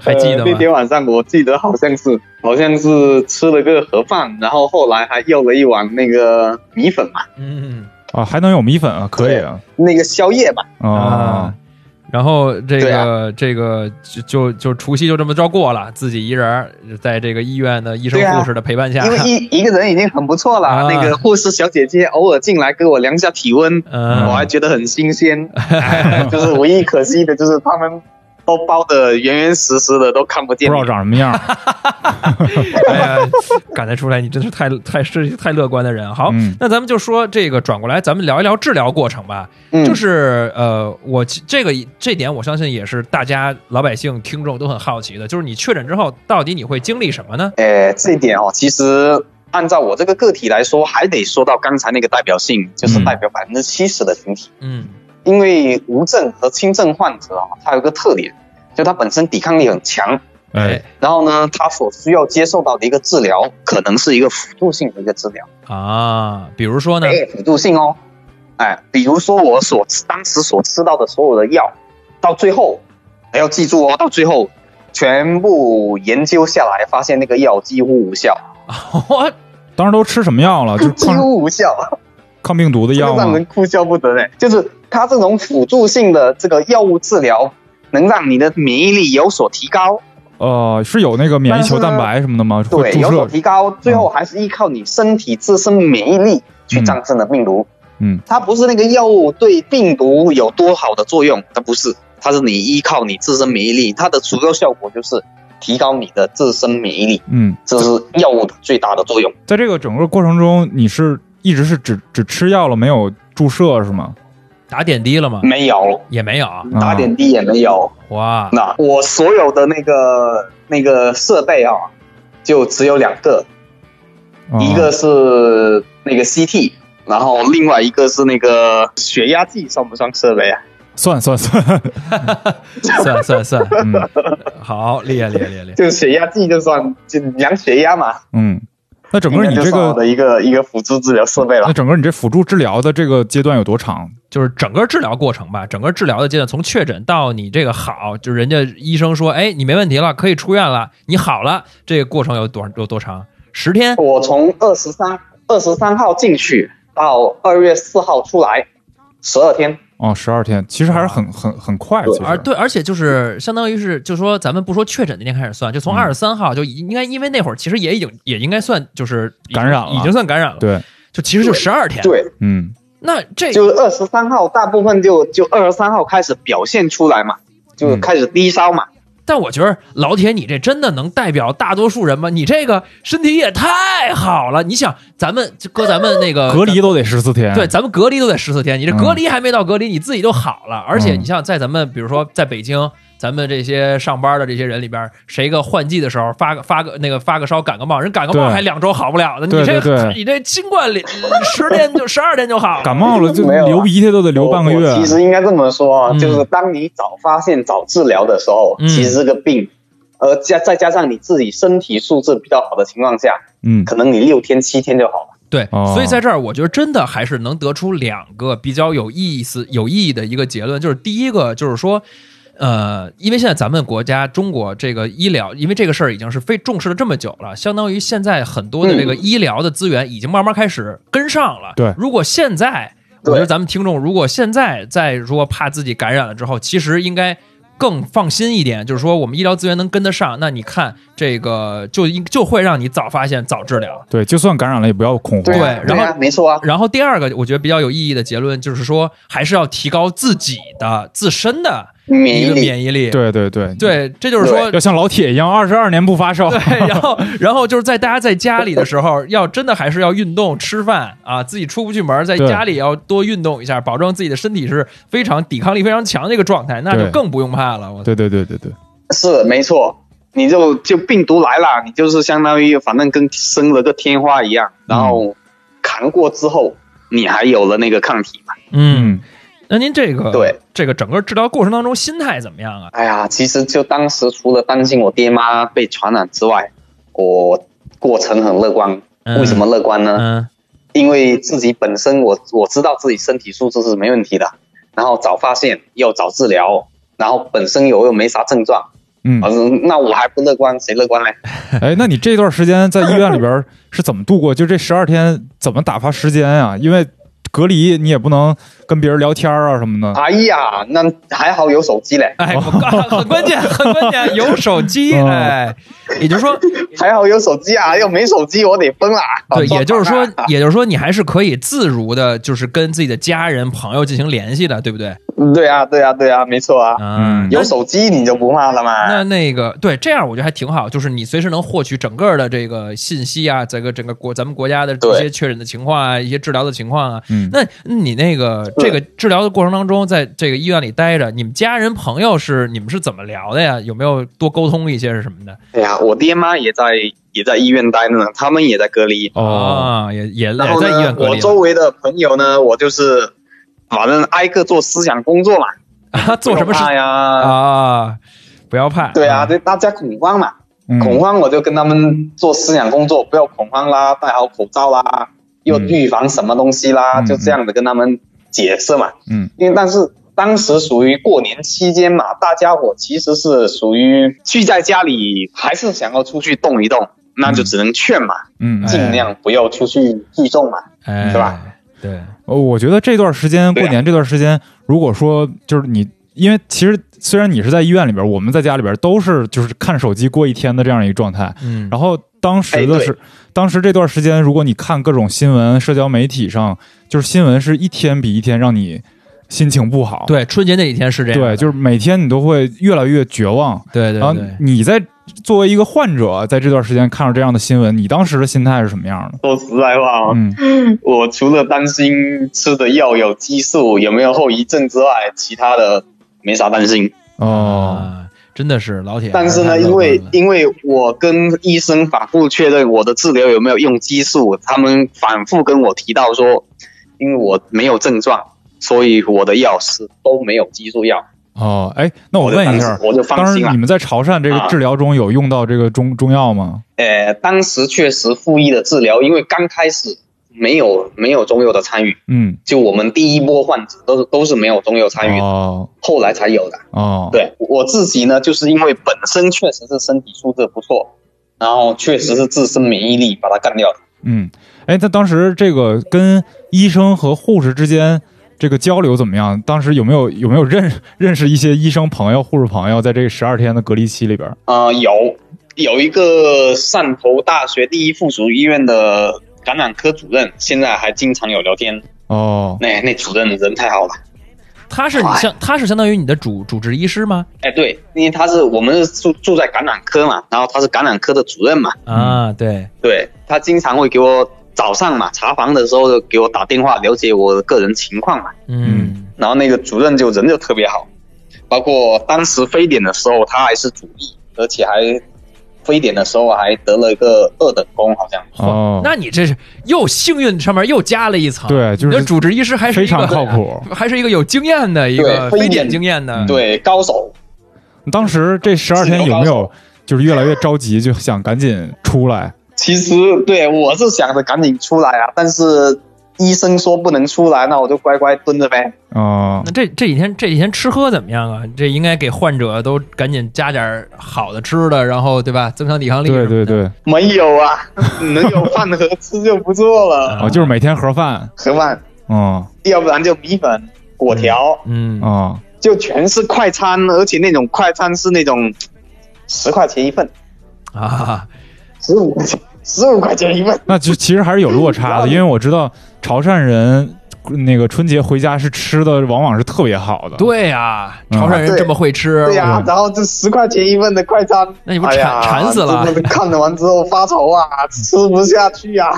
Speaker 2: 还记得
Speaker 3: 呃那
Speaker 2: 吗？
Speaker 3: 天晚上我记得好像是好像是吃了个盒饭，然后后来还要了一碗那个米粉嘛，
Speaker 2: 嗯
Speaker 1: 啊，还能有米粉啊，可以啊
Speaker 3: 那个宵夜嘛。
Speaker 1: 啊，，
Speaker 2: 然后这
Speaker 3: 对
Speaker 2: 个、
Speaker 3: 啊
Speaker 2: 这个就就就除夕就这么着过了，自己一人儿在这个医院的医生
Speaker 3: 对啊
Speaker 2: 护士的陪 伴下，
Speaker 3: 因为一一个人已经很不错了。
Speaker 2: 啊
Speaker 3: 那个护士小姐姐偶尔进来给我量一下体温，
Speaker 2: 嗯，
Speaker 3: 我还觉得很新鲜。哎就是唯一可惜的就是他们都包的严严实实的，都看不
Speaker 1: 不
Speaker 3: 见
Speaker 1: 知。道长什么样。
Speaker 2: 哎呀，感得出来，你真是太太是太乐观的人。好，
Speaker 1: 嗯
Speaker 2: 那咱们就说这个，转过来咱们聊一聊治疗过程吧。
Speaker 3: 嗯
Speaker 2: 就是呃，我其这个这点我相信也是大家老百姓听众都很好奇的，就是你确诊之后到底你会经历什么呢？
Speaker 3: 呃，这一点哦，其实按照我这个个体来说，还得说到刚才那个代表性，就是代表百分之七十的群体。
Speaker 2: 嗯
Speaker 3: 因为无症和轻症患者啊，它有一个特点，就它本身抵抗力很强，
Speaker 1: 哎，
Speaker 3: 然后呢，它所需要接受到的一个治疗，可能是一个辅助性的一个治疗，
Speaker 2: 啊，比如
Speaker 1: 嗯
Speaker 2: 说呢，
Speaker 3: 哎，辅助性哦，哎，比如说我所当时所吃到的所有的药，到最后，要记住哦，到最后全部研究下来，发现那个药几乎无效，
Speaker 2: 我
Speaker 1: 当时都吃什么药了？啊就是
Speaker 3: 几
Speaker 1: 抗
Speaker 3: 乎无效。
Speaker 1: 抗病毒的
Speaker 3: 这
Speaker 1: 药
Speaker 3: 个让
Speaker 1: 吗？
Speaker 3: 人哭笑不得嘞。就是它这种辅助性的这个药物治疗，能让你的免疫力有所提高，
Speaker 1: 呃，是有那个免疫球蛋白什么的吗？会
Speaker 3: 对，
Speaker 1: 注
Speaker 3: 有所
Speaker 1: 射？嗯
Speaker 3: 提高，最后还是依靠你身体自身免疫力去战胜了病毒。
Speaker 1: 嗯，
Speaker 3: 它不是那个药物对病毒有多好的作用，它不是，它是你依靠你自身免疫力，它的主要效果就是提高你的自身免疫力，
Speaker 1: 嗯，
Speaker 3: 这是药物的最大的作用。
Speaker 1: 在这个整个过程中，你是一直是只只吃药了，没有注射是吗？
Speaker 2: 打点滴了吗？
Speaker 3: 没有
Speaker 2: 也没有啊，
Speaker 1: 嗯啊
Speaker 3: 打点滴也没有，
Speaker 2: 哇，
Speaker 3: 那我所有的那个那个设备啊，就只有两个，
Speaker 1: 啊
Speaker 3: 一个是那个 CT，然后另外一个是那个血压计，算不算设备啊？
Speaker 1: 算算 算，
Speaker 2: 算算算，
Speaker 1: 嗯
Speaker 2: 好厉害厉害厉害厉害，
Speaker 3: 就血压计就算就量血压嘛，
Speaker 1: 嗯。那整个你
Speaker 3: 应该
Speaker 1: 这
Speaker 3: 就算我
Speaker 1: 个，
Speaker 3: 的一个一个辅助治疗设备了
Speaker 1: 那。整个你这辅助治疗的这个阶段有多长？
Speaker 2: 就是整个治疗过程吧，整个治疗的阶段，从确诊到你这个好，就是人家医生说，哎，你没问题了，可以出院了，你好了，这个过程有多有多长？十天？
Speaker 3: 我从二十三二十三号进去到二月四号出来，十二天。
Speaker 1: 哦，十二天，其实还是很很很快。
Speaker 3: 啊对
Speaker 1: 其实
Speaker 2: 而对，而且就是相当于是，就说咱们不说确诊那天开始算，就从
Speaker 1: 嗯
Speaker 2: 二十三号就已应该，因为那会儿其实也已经也应该算就是已
Speaker 1: 感染了
Speaker 2: 已经算感染了，，
Speaker 1: 对，
Speaker 2: 就其实就十二天。，
Speaker 3: 对，
Speaker 1: 嗯
Speaker 2: 那这
Speaker 3: 就二十三号，大部分就就二十三号开始表现出来嘛，就
Speaker 1: 嗯
Speaker 3: 开始低烧嘛。
Speaker 2: 但我觉得老铁，你这真的能代表大多数人吗？你这个身体也太好了，你想咱们就搁咱们那 个
Speaker 1: 隔离都得十四天。
Speaker 2: 呃对，咱们隔离都得十四天，你这
Speaker 1: 嗯
Speaker 2: 隔离还没到隔离，你自己就好了。而且
Speaker 1: 嗯
Speaker 2: 你像在咱们，比如说在北京，咱们这些上班的这些人里边，谁个换季的时候发个发个那个发个烧感个冒，人感个冒
Speaker 1: 对
Speaker 2: 还两周好不了呢。你
Speaker 1: 对
Speaker 2: 这
Speaker 1: 对对
Speaker 2: 你这新冠里十天就十二天就好了。
Speaker 1: 感冒了就
Speaker 3: 没有啊
Speaker 1: 流鼻涕都得流半个
Speaker 3: 我
Speaker 1: 月
Speaker 3: 我。其实应该这么说啊，
Speaker 2: 啊嗯
Speaker 3: 就是当你早发现、早治疗的时候，
Speaker 2: 嗯
Speaker 3: 其实这个病，呃，加再加上你自己身体素质比较好的情况下，
Speaker 1: 嗯，
Speaker 3: 可能你六天、七天就好了。
Speaker 2: 对，
Speaker 1: 哦
Speaker 2: 所以在这儿，我觉得真的还是能得出两个比较有意思、有意义的一个结论，就是第一个就是说。呃，因为现在咱们国家中国这个医疗，因为这个事儿已经是非重视了这么久了，相当于现在很多的这个医疗的资源已经慢慢开始跟上了。
Speaker 1: 嗯对
Speaker 2: 如果现在，我
Speaker 3: 对
Speaker 2: 觉得咱们听众如果现在再说怕自己感染了之后，其实应该更放心一点，就是说我们医疗资源能跟得上，那你看这个就应就会让你早发现、早治疗。
Speaker 1: 对，就算感染了也不要恐慌
Speaker 2: 对。
Speaker 3: 啊
Speaker 2: 然后
Speaker 3: 啊没错啊，
Speaker 2: 然后第二个，我觉得比较有意义的结论就是说，还是要提高自己的自身的
Speaker 3: 免
Speaker 2: 一
Speaker 3: 疫
Speaker 2: 个
Speaker 3: 力。
Speaker 2: 免疫力。
Speaker 1: 对对对，
Speaker 2: 对，这就是说，
Speaker 1: 要像老铁一样，二十二年不发烧。
Speaker 2: 对， 然后然后就是在大家在家里的时候，要真的还是要运动、吃饭啊，自己出不去门，在
Speaker 1: 对
Speaker 2: 家里要多运动一下，保证自己的身体是非常抵抗力非常强的一个状态，那就
Speaker 1: 对
Speaker 2: 更不用怕了。我
Speaker 1: 对对对对对，
Speaker 3: 是没错。啊你就就病毒来了，你就是相当于反正跟生了个天花一样，然
Speaker 2: 嗯
Speaker 3: 后扛过之后，你还有了那个抗体嘛？
Speaker 2: 嗯，， 那您这个
Speaker 3: 对
Speaker 2: 这个整个治疗过程当中心态怎么样啊？
Speaker 3: 哎呀，其实就当时除了担心我爹妈被传染之外，我过程很乐观。
Speaker 2: 嗯
Speaker 3: 为什么乐观呢？
Speaker 2: 嗯
Speaker 3: 因为自己本身我我知道自己身体素质是没问题的，然后早发现又早治疗，然后本身我又没啥症状，
Speaker 1: 嗯
Speaker 3: 反，正那我还不乐观，谁乐观嘞？
Speaker 1: 哎，那你这段时间在医院里边是怎么度过？就这十二天怎么打发时间啊？因为隔离你也不能跟别人聊天啊什么的。
Speaker 3: 哎呀，那还好有手机嘞，
Speaker 2: 哎，我告很关键，很关键，有手机，
Speaker 1: 哦
Speaker 2: 哎，也就是说，
Speaker 3: 还好有手机啊，要没手机我得疯啦。
Speaker 2: 对，
Speaker 3: 好
Speaker 2: 也就是说
Speaker 3: 抓狂啊，
Speaker 2: 也就是说，你还是可以自如的，就是跟自己的家人、朋友进行联系的，对不对？
Speaker 3: 嗯对啊，对啊，对啊，没错啊，
Speaker 2: 嗯，
Speaker 3: 有手机你就不怕了嘛。
Speaker 2: 那那个对，这样我觉得还挺好，就是你随时能获取整个的这个信息啊，整个整个国咱们国家的一
Speaker 3: 对
Speaker 2: 些确诊的情况啊，一些治疗的情况啊。
Speaker 1: 嗯，
Speaker 2: 那你那个这个治疗的过程当中，在这个医院里待着，你们家人朋友是你们是怎么聊的呀？有没有多沟通一些是什么的？
Speaker 3: 哎呀，我爹妈也在也在医院待着呢，他们也在隔离。
Speaker 1: 哦，
Speaker 2: 啊，也也也
Speaker 3: 然后
Speaker 2: 在医院
Speaker 3: 呢，
Speaker 2: 隔
Speaker 3: 我
Speaker 2: 离啊
Speaker 3: 周
Speaker 2: 了
Speaker 3: 围的朋友呢，我就是反正挨个做思想工作嘛，
Speaker 2: 啊，做什么事
Speaker 3: 不用怕呀？
Speaker 2: 啊？嗯不要怕，
Speaker 3: 对啊，，这大家恐慌嘛，
Speaker 1: 嗯
Speaker 3: 恐慌我就跟他们做思想工作，不要恐慌啦，戴好口罩啦，要
Speaker 1: 嗯
Speaker 3: 预防什么东西啦，
Speaker 1: 嗯
Speaker 3: 就这样的跟他们解释嘛。
Speaker 1: 嗯，
Speaker 3: 因为但是当时属于过年期间嘛，大家伙其实是属于聚在家里，还是想要出去动一动，那就只能劝嘛，
Speaker 1: 嗯，嗯
Speaker 2: 哎
Speaker 3: 尽量不要出去聚众嘛。
Speaker 2: 哎，
Speaker 3: 是吧？
Speaker 2: 对，
Speaker 1: 呃我觉得这段时间
Speaker 3: 对
Speaker 1: 过
Speaker 3: 啊
Speaker 1: 年这段时间，如果说就是你，因为其实虽然你是在医院里边，我们在家里边都是就是看手机过一天的这样一个状态，
Speaker 2: 嗯，
Speaker 1: 然后当时的
Speaker 3: 哎
Speaker 1: 是，当时这段时间，如果你看各种新闻、社交媒体上，就是新闻是一天比一天让你心情不好。
Speaker 2: 对，春节那几天是这样的，
Speaker 1: 对，就是啊每天你都会越来越绝望。
Speaker 2: 对
Speaker 1: 然
Speaker 2: 对
Speaker 1: 后
Speaker 2: 对。
Speaker 1: 你在作为一个患者，在这段时间看到这样的新闻，你当时的心态是什么样的？
Speaker 3: 说实在话哦，
Speaker 1: 嗯
Speaker 3: 我除了担心吃的药有激素有没有后遗症之外，其他的没啥担心。
Speaker 1: 哦
Speaker 2: 啊，真的是老铁。
Speaker 3: 但是呢，
Speaker 2: 还太乐
Speaker 3: 因为
Speaker 2: 观了
Speaker 3: 因为我跟医生反复确认我的治疗有没有用激素，他们反复跟我提到说，因为我没有症状，所以我的药是都没有激素药。
Speaker 1: 哦，哎，那我
Speaker 3: 我就
Speaker 1: 问一
Speaker 3: 放
Speaker 1: 下，
Speaker 3: 心我就放
Speaker 1: 当时
Speaker 3: 心了
Speaker 1: 你。们在潮汕这个
Speaker 3: 啊
Speaker 1: 治疗中有用到这个中中药吗？
Speaker 3: 呃，当时确实复医的治疗，因为刚开始没有没有中药的参与，
Speaker 1: 嗯，
Speaker 3: 就我们第一波患者都是都是没有中药参与的，
Speaker 1: 哦
Speaker 3: 后来才有的。
Speaker 1: 哦，
Speaker 3: 对我自己呢，就是因为本身确实是身体素质不错，然后确实是自身免疫力把它干掉的。
Speaker 1: 嗯，哎，他当时这个跟医生和护士之间这个交流怎么样？当时有没有有没有认认识一些医生朋友、护士朋友，在这十二天的隔离期里边？
Speaker 3: 呃，有有一个汕头大学第一附属医院的感染科主任，现在还经常有聊天。
Speaker 1: 哦，
Speaker 3: 那那主任人太好了，
Speaker 2: 他是你相，他是相当于你的主主治医师吗？
Speaker 3: 哎，对，因为他是我们是住住在感染科嘛，然后他是感染科的主任嘛，
Speaker 1: 嗯
Speaker 2: 啊，对，
Speaker 3: 对他经常会给我早上嘛查房的时候给我打电话了解我的个人情况嘛。
Speaker 2: 嗯
Speaker 3: 然后那个主任就人就特别好，包括当时非典的时候，他还是主力，而且还非典的时候还得了一个二等功，好像。
Speaker 1: 哦，
Speaker 2: 那你这是又幸运上面又加了一层，
Speaker 1: 对就是
Speaker 2: 你的主治医师还是
Speaker 1: 非
Speaker 2: 一
Speaker 1: 常
Speaker 2: 个
Speaker 1: 靠谱。
Speaker 2: 还是一个有经验的一个
Speaker 3: 对
Speaker 2: 非
Speaker 3: 非
Speaker 2: 典
Speaker 3: 典
Speaker 2: 经验的
Speaker 1: 嗯，
Speaker 3: 对，高手，
Speaker 1: 当时这十二天有没有就是越来越着急，就想赶紧出来？
Speaker 3: 其实对我是想着赶紧出来啊，但是医生说不能出来，那我就乖乖蹲着呗。
Speaker 1: 哦
Speaker 2: 那，这这几天这几天吃喝怎么样啊？这应该给患者都赶紧加点好的吃的，然后对吧，增强抵抗力。
Speaker 1: 对对，对，
Speaker 3: 没有啊，能有饭盒吃就不错
Speaker 2: 啊
Speaker 3: 了。
Speaker 1: 哦，就是每天盒饭，
Speaker 3: 盒饭，
Speaker 1: 嗯
Speaker 3: 要不然就米粉、果条，
Speaker 2: 嗯，
Speaker 1: 哦，
Speaker 3: 就全是快餐，而且那种快餐是那种十块钱一份，
Speaker 2: 啊，
Speaker 3: 十五块钱，十五块钱一份。
Speaker 1: 那就其实还是有落差
Speaker 2: 嗯
Speaker 1: 的，因为我知道潮汕人那个春节回家是吃的，往往是特别好的。
Speaker 2: 对呀，潮汕人这么会吃，
Speaker 3: 啊对呀、
Speaker 1: 嗯
Speaker 3: 然后这十块钱一份的快餐，
Speaker 2: 那你不
Speaker 3: 哎呀
Speaker 2: 馋馋死了
Speaker 3: 真的是看了完之后发愁啊，吃不下去啊。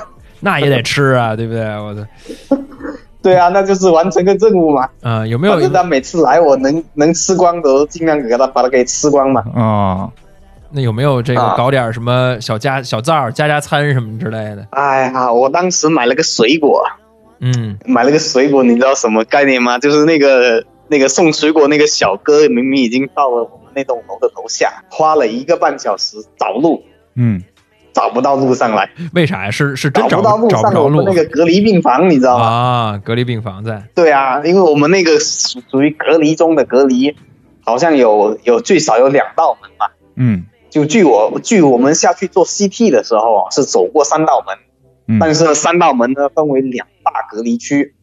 Speaker 2: 那也得吃啊，对不对？我的，
Speaker 3: 对啊，那就是完成个任务嘛。
Speaker 2: 嗯，有没有
Speaker 3: 反？正他每次来，我能能吃光的，都尽量给他把它给吃光嘛。
Speaker 1: 啊、
Speaker 2: 那有没有这个
Speaker 3: 啊
Speaker 2: 搞点什么小加小灶儿加加餐什么之类的？
Speaker 3: 哎呀，我当时买了个水果，
Speaker 2: 嗯，
Speaker 3: 买了个水果，你知道什么概念吗？就是那个那个送水果那个小哥，明明已经到了我们那栋楼的楼下，花了一个半小时找路，
Speaker 1: 嗯，
Speaker 3: 找不到路上来，
Speaker 2: 为啥呀？是是真
Speaker 3: 找
Speaker 2: 找
Speaker 3: 不到路
Speaker 2: 找不
Speaker 3: 上
Speaker 2: 着
Speaker 3: 我们
Speaker 2: 路
Speaker 3: 那个隔离病房，你知道吗？
Speaker 2: 啊？隔离病房在
Speaker 3: 对啊，因为我们那个属属于隔离中的隔离，好像有有最少有两道门嘛。
Speaker 1: 嗯
Speaker 3: 就据我据我们下去做 CT 的时候啊，是走过三道门，
Speaker 1: 嗯，
Speaker 3: 但是呢三道门呢分为两大隔离区，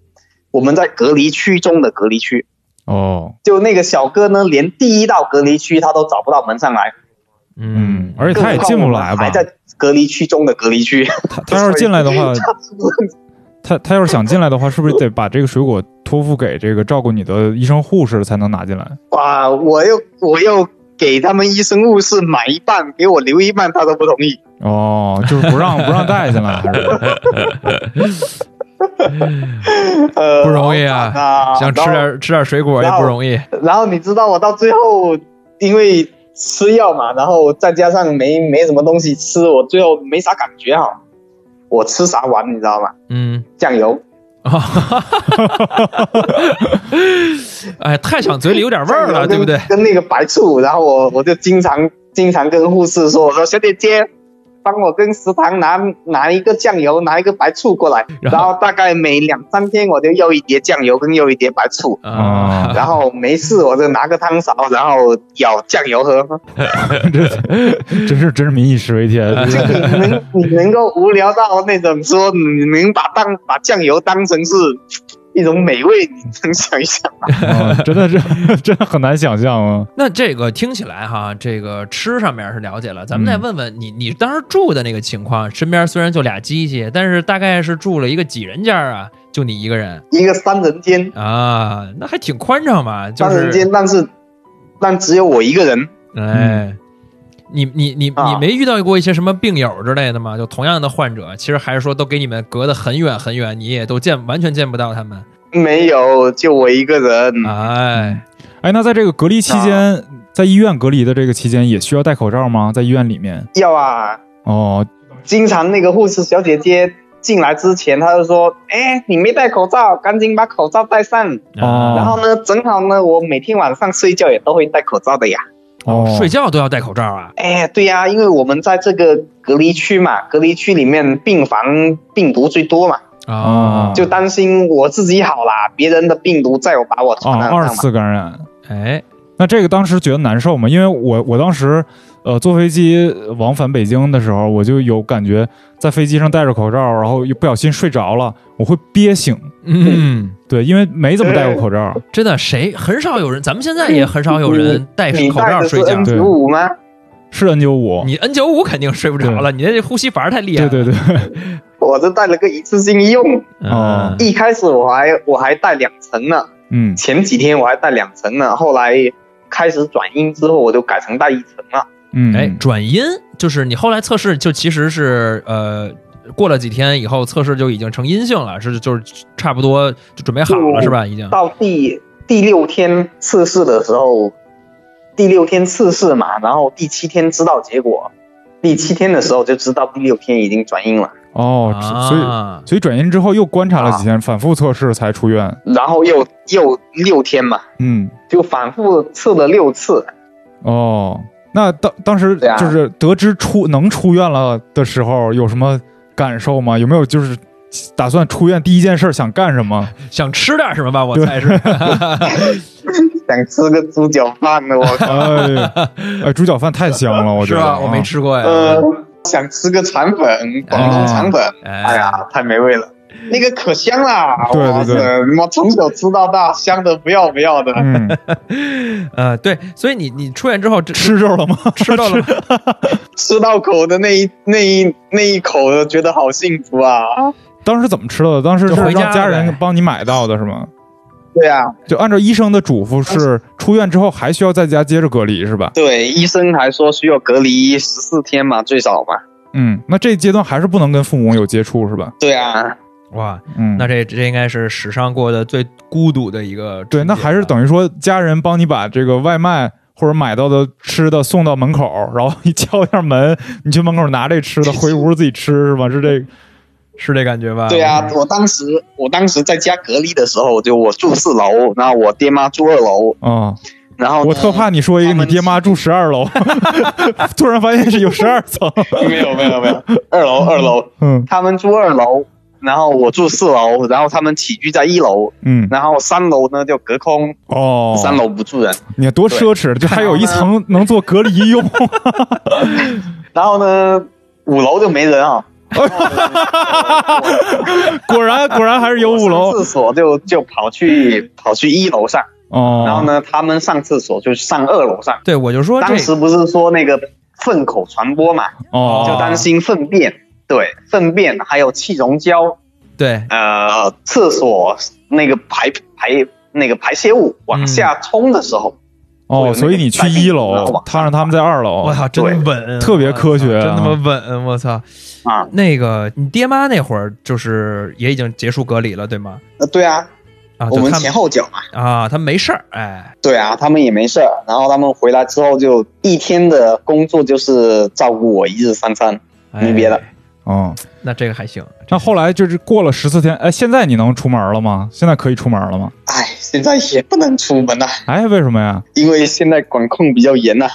Speaker 3: 我们在隔离区中的隔离区。
Speaker 1: 哦，
Speaker 3: 就那个小哥呢，连第一道隔离区他都找不到门上来，
Speaker 1: 嗯
Speaker 2: 嗯，，
Speaker 1: 而且他也进不来吧
Speaker 3: 还？在隔离区中的隔离区。
Speaker 1: 他他要是进来的话， 他他要是想进来的话，是不是得把这个水果托付给这个照顾你的医生护士才能拿进来？
Speaker 3: 哇，我又我又给他们医生护士买一半，给我留一半，他都不同意。
Speaker 1: 哦，就是不让不让带进来，还是
Speaker 3: 呃，
Speaker 2: 不容易
Speaker 3: 好
Speaker 2: 啊
Speaker 3: 惨啊，
Speaker 2: 想吃点吃点水果也不容易。
Speaker 3: 然后。然后你知道我到最后，因为吃药嘛，然后再加上没没什么东西吃，我最后没啥感觉哈。我吃啥丸你知道吗？
Speaker 2: 嗯，
Speaker 3: 酱油，
Speaker 2: 哎，太想嘴里有点味 儿了，对不对
Speaker 3: 酱油？跟跟那个白醋，然后我我就经常经常跟护士说，我说小姐姐。帮我跟食堂拿拿一个酱油，拿一个白醋过来，
Speaker 2: 然
Speaker 3: 然
Speaker 2: 后
Speaker 3: 后大概每两三天我就要一碟酱油跟要一碟白醋，
Speaker 1: 啊
Speaker 2: 啊，
Speaker 3: 然后没事我就拿个汤勺，然后舀酱油喝。
Speaker 1: 真是真是民以食为天。
Speaker 3: 就你 能你能够无聊到那种说你能把当把酱油当成是一种美味，你能想一想吗？
Speaker 1: 啊真的是真的很难想象啊。
Speaker 2: 那这个听起来哈，这个吃上面是了解了，咱们再
Speaker 1: 嗯
Speaker 2: 问问你，你当时住的那个情况，身边虽然就俩机器，但是大概是住了一个几人间啊？就你一个人
Speaker 3: 一个三人间，
Speaker 2: 啊，那还挺宽敞嘛，就
Speaker 3: 三人
Speaker 2: 是
Speaker 3: 间，但是但只有我一个人，
Speaker 1: 嗯
Speaker 2: 哎。你你你你
Speaker 3: 啊
Speaker 2: 没遇到过一些什么病友之类的吗？就同样的患者，其实还是说都给你们隔得很远很远，你也都见完全见不到他们。
Speaker 3: 没有就我一个人。
Speaker 1: 嗯
Speaker 2: 哎，
Speaker 1: 哎，那在这个隔离期间，在医院隔离的这个期间，也需要戴口罩吗？在医院里面？
Speaker 3: 要啊，
Speaker 1: 哦，
Speaker 3: 经常那个护士小姐姐进来之前，她就说：“哎，你没戴口罩，赶紧把口罩戴上。”
Speaker 2: 啊
Speaker 1: 哦
Speaker 3: 然后呢，正好呢，我每天晚上睡觉也都会戴口罩的呀。
Speaker 1: 哦，
Speaker 2: 啊睡觉都要戴口罩啊？
Speaker 3: 哎，对呀、因为我们在这个隔离区嘛，隔离区里面病房病毒最多嘛，
Speaker 1: 啊
Speaker 3: 就担心我自己好啦，别人的病毒再有把我传
Speaker 1: 啊，
Speaker 3: 染
Speaker 1: 二
Speaker 3: 上嘛。
Speaker 1: 次感染。
Speaker 2: 哎，
Speaker 1: 那这个当时觉得难受吗？因为我我当时，呃，坐飞机往返北京的时候，我就有感觉，在飞机上戴着口罩，然后又不小心睡着了，我会憋醒。
Speaker 2: 嗯，
Speaker 1: 对，因为没怎么戴过口罩。
Speaker 2: 真的，谁很少有人，咱们现在也很少有人戴
Speaker 3: 你
Speaker 2: 口
Speaker 3: 戴
Speaker 2: 罩
Speaker 3: 的是
Speaker 2: 睡觉
Speaker 3: N。
Speaker 1: 对
Speaker 3: 九五吗？
Speaker 1: 是 N 九五。
Speaker 2: 你 N 九五肯定睡不着了，你这呼吸阀太厉害
Speaker 1: 对
Speaker 2: 了。
Speaker 1: 对对，
Speaker 3: 我这戴了个一次性医用，
Speaker 1: 哦
Speaker 2: 嗯，
Speaker 3: 一开始我还我还戴两层呢，
Speaker 1: 嗯，
Speaker 3: 前几天我还戴两层呢，后来开始转阴之后，我就改成戴一层了。
Speaker 1: 嗯，
Speaker 2: 哎，转阴就是你后来测试，就其实是呃，过了几天以后测试就已经成阴性了，是就是差不多就准备好了
Speaker 3: 嗯
Speaker 2: 是吧？已经
Speaker 3: 到第第六天测试的时候，第六天测试嘛，然后第七天知道结果，第七天的时候就知道第六天已经转阴了，
Speaker 1: 哦，所以
Speaker 2: 啊，
Speaker 1: 所以转阴之后又观察了几天，反复测试才出院。
Speaker 3: 然后又又六天嘛，
Speaker 1: 嗯，
Speaker 3: 就反复测了六次。
Speaker 1: 哦，那当当时
Speaker 3: 对啊
Speaker 1: 就是得知出能出院了的时候，有什么感受吗？有没有就是打算出院第一件事儿想干什么？
Speaker 2: 想吃点什么吧？我猜 是。
Speaker 3: 想吃个猪脚饭的我，
Speaker 1: 哎，哎，猪脚饭太香了，我觉
Speaker 2: 是
Speaker 1: 得
Speaker 2: 吧？我没
Speaker 1: 啊
Speaker 2: 吃过呀。
Speaker 3: 呃，想吃个肠粉，广东肠粉，哎
Speaker 2: 哎，
Speaker 3: 呀，太美味了，那个可香啦！
Speaker 1: 对
Speaker 3: 哇
Speaker 1: 对对
Speaker 3: 塞我从小吃到大，香的不要不要的。
Speaker 1: 嗯，
Speaker 2: 呃，对，所以你你出院之后这
Speaker 1: 吃肉了吗？
Speaker 2: 吃到了 吗，
Speaker 3: 吃到口的那一那一那一口，觉得好幸福啊！
Speaker 1: 当时怎么吃的？当时是
Speaker 2: 就回家
Speaker 1: 让家
Speaker 2: 呗
Speaker 1: 人帮你买到的是吗？
Speaker 3: 对啊，
Speaker 1: 就按照医生的嘱咐，是出院之后还需要在家接着隔离是吧？
Speaker 3: 对，医生还说需要隔离十四天嘛，最少嘛。
Speaker 1: 嗯，那这阶段还是不能跟父母有接触是吧？
Speaker 3: 对啊，
Speaker 2: 哇，
Speaker 1: 嗯，
Speaker 2: 那这这应该是史上过得最孤独的一个
Speaker 1: 对，
Speaker 2: 春
Speaker 1: 那
Speaker 2: 节
Speaker 1: 还是
Speaker 2: 了
Speaker 1: 等于说家人帮你把这个外卖或者买到的吃的送到门口，然后你敲一下门，你去门口拿这吃的，回屋自己吃是吧？是 这个
Speaker 2: 是这感觉吧？
Speaker 3: 对啊，我当时我当时在家隔离的时候，就我住四楼，然后我爹妈住二楼，
Speaker 1: 啊、
Speaker 3: 然后呢
Speaker 1: 我特怕你说一个
Speaker 3: 他
Speaker 1: 你
Speaker 3: 们
Speaker 1: 爹妈住十二楼，突然发现是有十二层，
Speaker 3: 没有没有没有，二楼二楼，
Speaker 1: 嗯
Speaker 3: 他们住二楼，然后我住四楼，然后他们起居在一楼，
Speaker 1: 嗯，
Speaker 3: 然后三楼呢就隔空，
Speaker 1: 哦，
Speaker 3: 三楼不住人。
Speaker 1: 你看多奢侈，就还有一 层能做隔离用
Speaker 3: 然后呢，五楼就没人啊、
Speaker 1: 果然果然还是有五楼
Speaker 3: 我上厕所就就 跑去跑去一楼上，
Speaker 1: 哦。
Speaker 3: 然后？呢，他们上厕所就上二楼上。
Speaker 2: 对，我就说这
Speaker 3: 当时不是说那个粪口传播嘛，
Speaker 1: 哦，
Speaker 3: 就担心粪便，对，粪便还有气溶胶，
Speaker 2: 对
Speaker 3: 呃，厕所那个排排那个排泄物
Speaker 1: 嗯
Speaker 3: 往下冲的时候，
Speaker 1: 哦，所以你去一楼，他让他们在二楼
Speaker 2: 我。操，真稳，
Speaker 1: 哦特别科学
Speaker 2: 我
Speaker 1: 啊
Speaker 2: 操真他妈稳！我操，
Speaker 3: 啊，
Speaker 2: 那个你爹妈那会儿就是也已经结束隔离了，对吗？
Speaker 3: 呃，对啊，
Speaker 1: 哦
Speaker 2: 啊，
Speaker 3: 我
Speaker 2: 就
Speaker 3: 们
Speaker 2: 他
Speaker 3: 前后脚嘛，
Speaker 2: 啊，他没事儿，哎，
Speaker 3: 对啊，他们也没事儿，然后他们回来之后就一天的工作就是照顾我一日三餐，
Speaker 2: 哎
Speaker 3: 没别的，
Speaker 1: 嗯，
Speaker 2: 那这个还行。
Speaker 1: 那后来就是过了十四天，哎，现在你能出门了吗？现在可以出门了吗？
Speaker 3: 哎，现在也不能出门了、啊
Speaker 1: 哎，为什么呀？
Speaker 3: 因为现在管控比较严呐、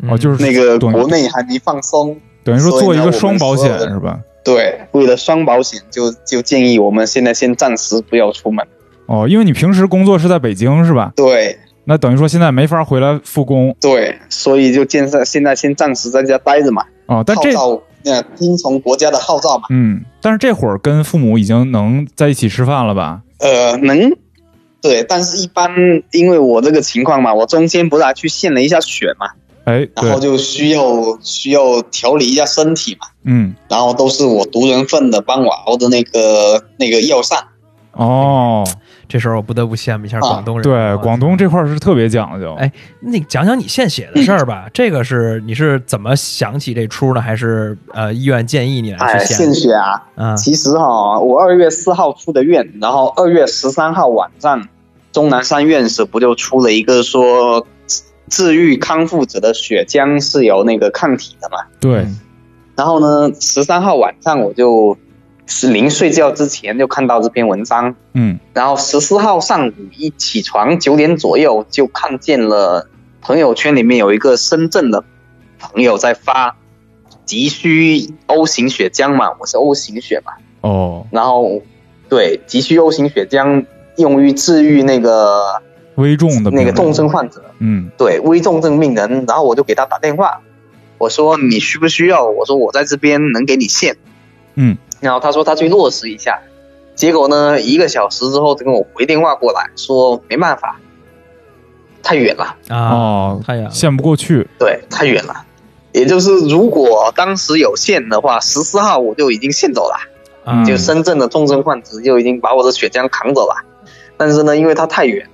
Speaker 2: 嗯
Speaker 1: 哦，就是是
Speaker 3: 那个
Speaker 1: 等
Speaker 3: 国内还没放松，
Speaker 1: 等于说做一
Speaker 3: 所以呢我
Speaker 1: 个
Speaker 3: 们
Speaker 1: 双保
Speaker 3: 所
Speaker 1: 险
Speaker 3: 有的
Speaker 1: 是吧？
Speaker 3: 对，为了双保险就，就建议我们现在先暂时不要出门。
Speaker 1: 哦，因为你平时工作是在北京是吧？
Speaker 3: 对
Speaker 1: 那等于说现在没法回来复工
Speaker 3: 对，所以就建设现在先暂时在家待着嘛，
Speaker 1: 哦。但
Speaker 3: 号
Speaker 1: 这
Speaker 3: 召呃听从国家的号召嘛，
Speaker 1: 嗯，但是这会儿跟父母已经能在一起吃饭了吧？
Speaker 3: 呃，能。对，但是一般因为我这个情况嘛，我中间不是还去献了一下血嘛，
Speaker 1: 哎，
Speaker 3: 然后
Speaker 1: 对，
Speaker 3: 就需要需要调理一下身体嘛，
Speaker 1: 嗯，
Speaker 3: 然后都是我独人份的帮我熬的那个那个药膳，
Speaker 1: 哦，
Speaker 2: 这时候我不得不羡
Speaker 3: 啊
Speaker 2: 慕一下广东人。
Speaker 1: 对，广东这块儿是特别讲究。
Speaker 2: 哎那你讲讲你献血的事儿吧，这个是你是怎么想起这出呢？还是呃医院建议你来
Speaker 3: 哎，
Speaker 2: 去献
Speaker 3: 献
Speaker 2: 的？
Speaker 3: 血啊，
Speaker 2: 啊
Speaker 3: 其实哈、我二月四号出的院，然后二月十三号晚上，钟南山院士不就出了一个说，治治愈康复者的血浆是有那个抗体的嘛？
Speaker 1: 对，
Speaker 3: 然后呢，十三号晚上我就是临睡觉之前就看到这篇文章，
Speaker 1: 嗯，
Speaker 3: 然后十四号上午一起床九点左右就看见了朋友圈里面有一个深圳的朋友在发急需 O 型血浆嘛，我是 O 型血嘛。
Speaker 1: 哦，
Speaker 3: 然后对急需 O 型血浆用于治愈那个
Speaker 1: 危重的
Speaker 3: 那
Speaker 1: 病
Speaker 3: 个
Speaker 1: 人
Speaker 3: 重症，患者，
Speaker 1: 嗯，
Speaker 3: 对危重症病人。然后我就给他打电话，我说你需不需要？我说我在这边能给你献。
Speaker 1: 嗯，
Speaker 3: 然后他说他去落实一下，结果呢，一个小时之后就跟我回电话过来说没办法，太远了，
Speaker 2: 啊，
Speaker 1: 哦，
Speaker 2: 太远了，
Speaker 1: 献不过去，
Speaker 3: 对，太远了。也就是如果当时有献的话，十四号我就已经献走了。
Speaker 1: 嗯
Speaker 2: 啊
Speaker 3: 就深圳的重症患者就已经把我的血浆扛走了，但是呢，因为它太远，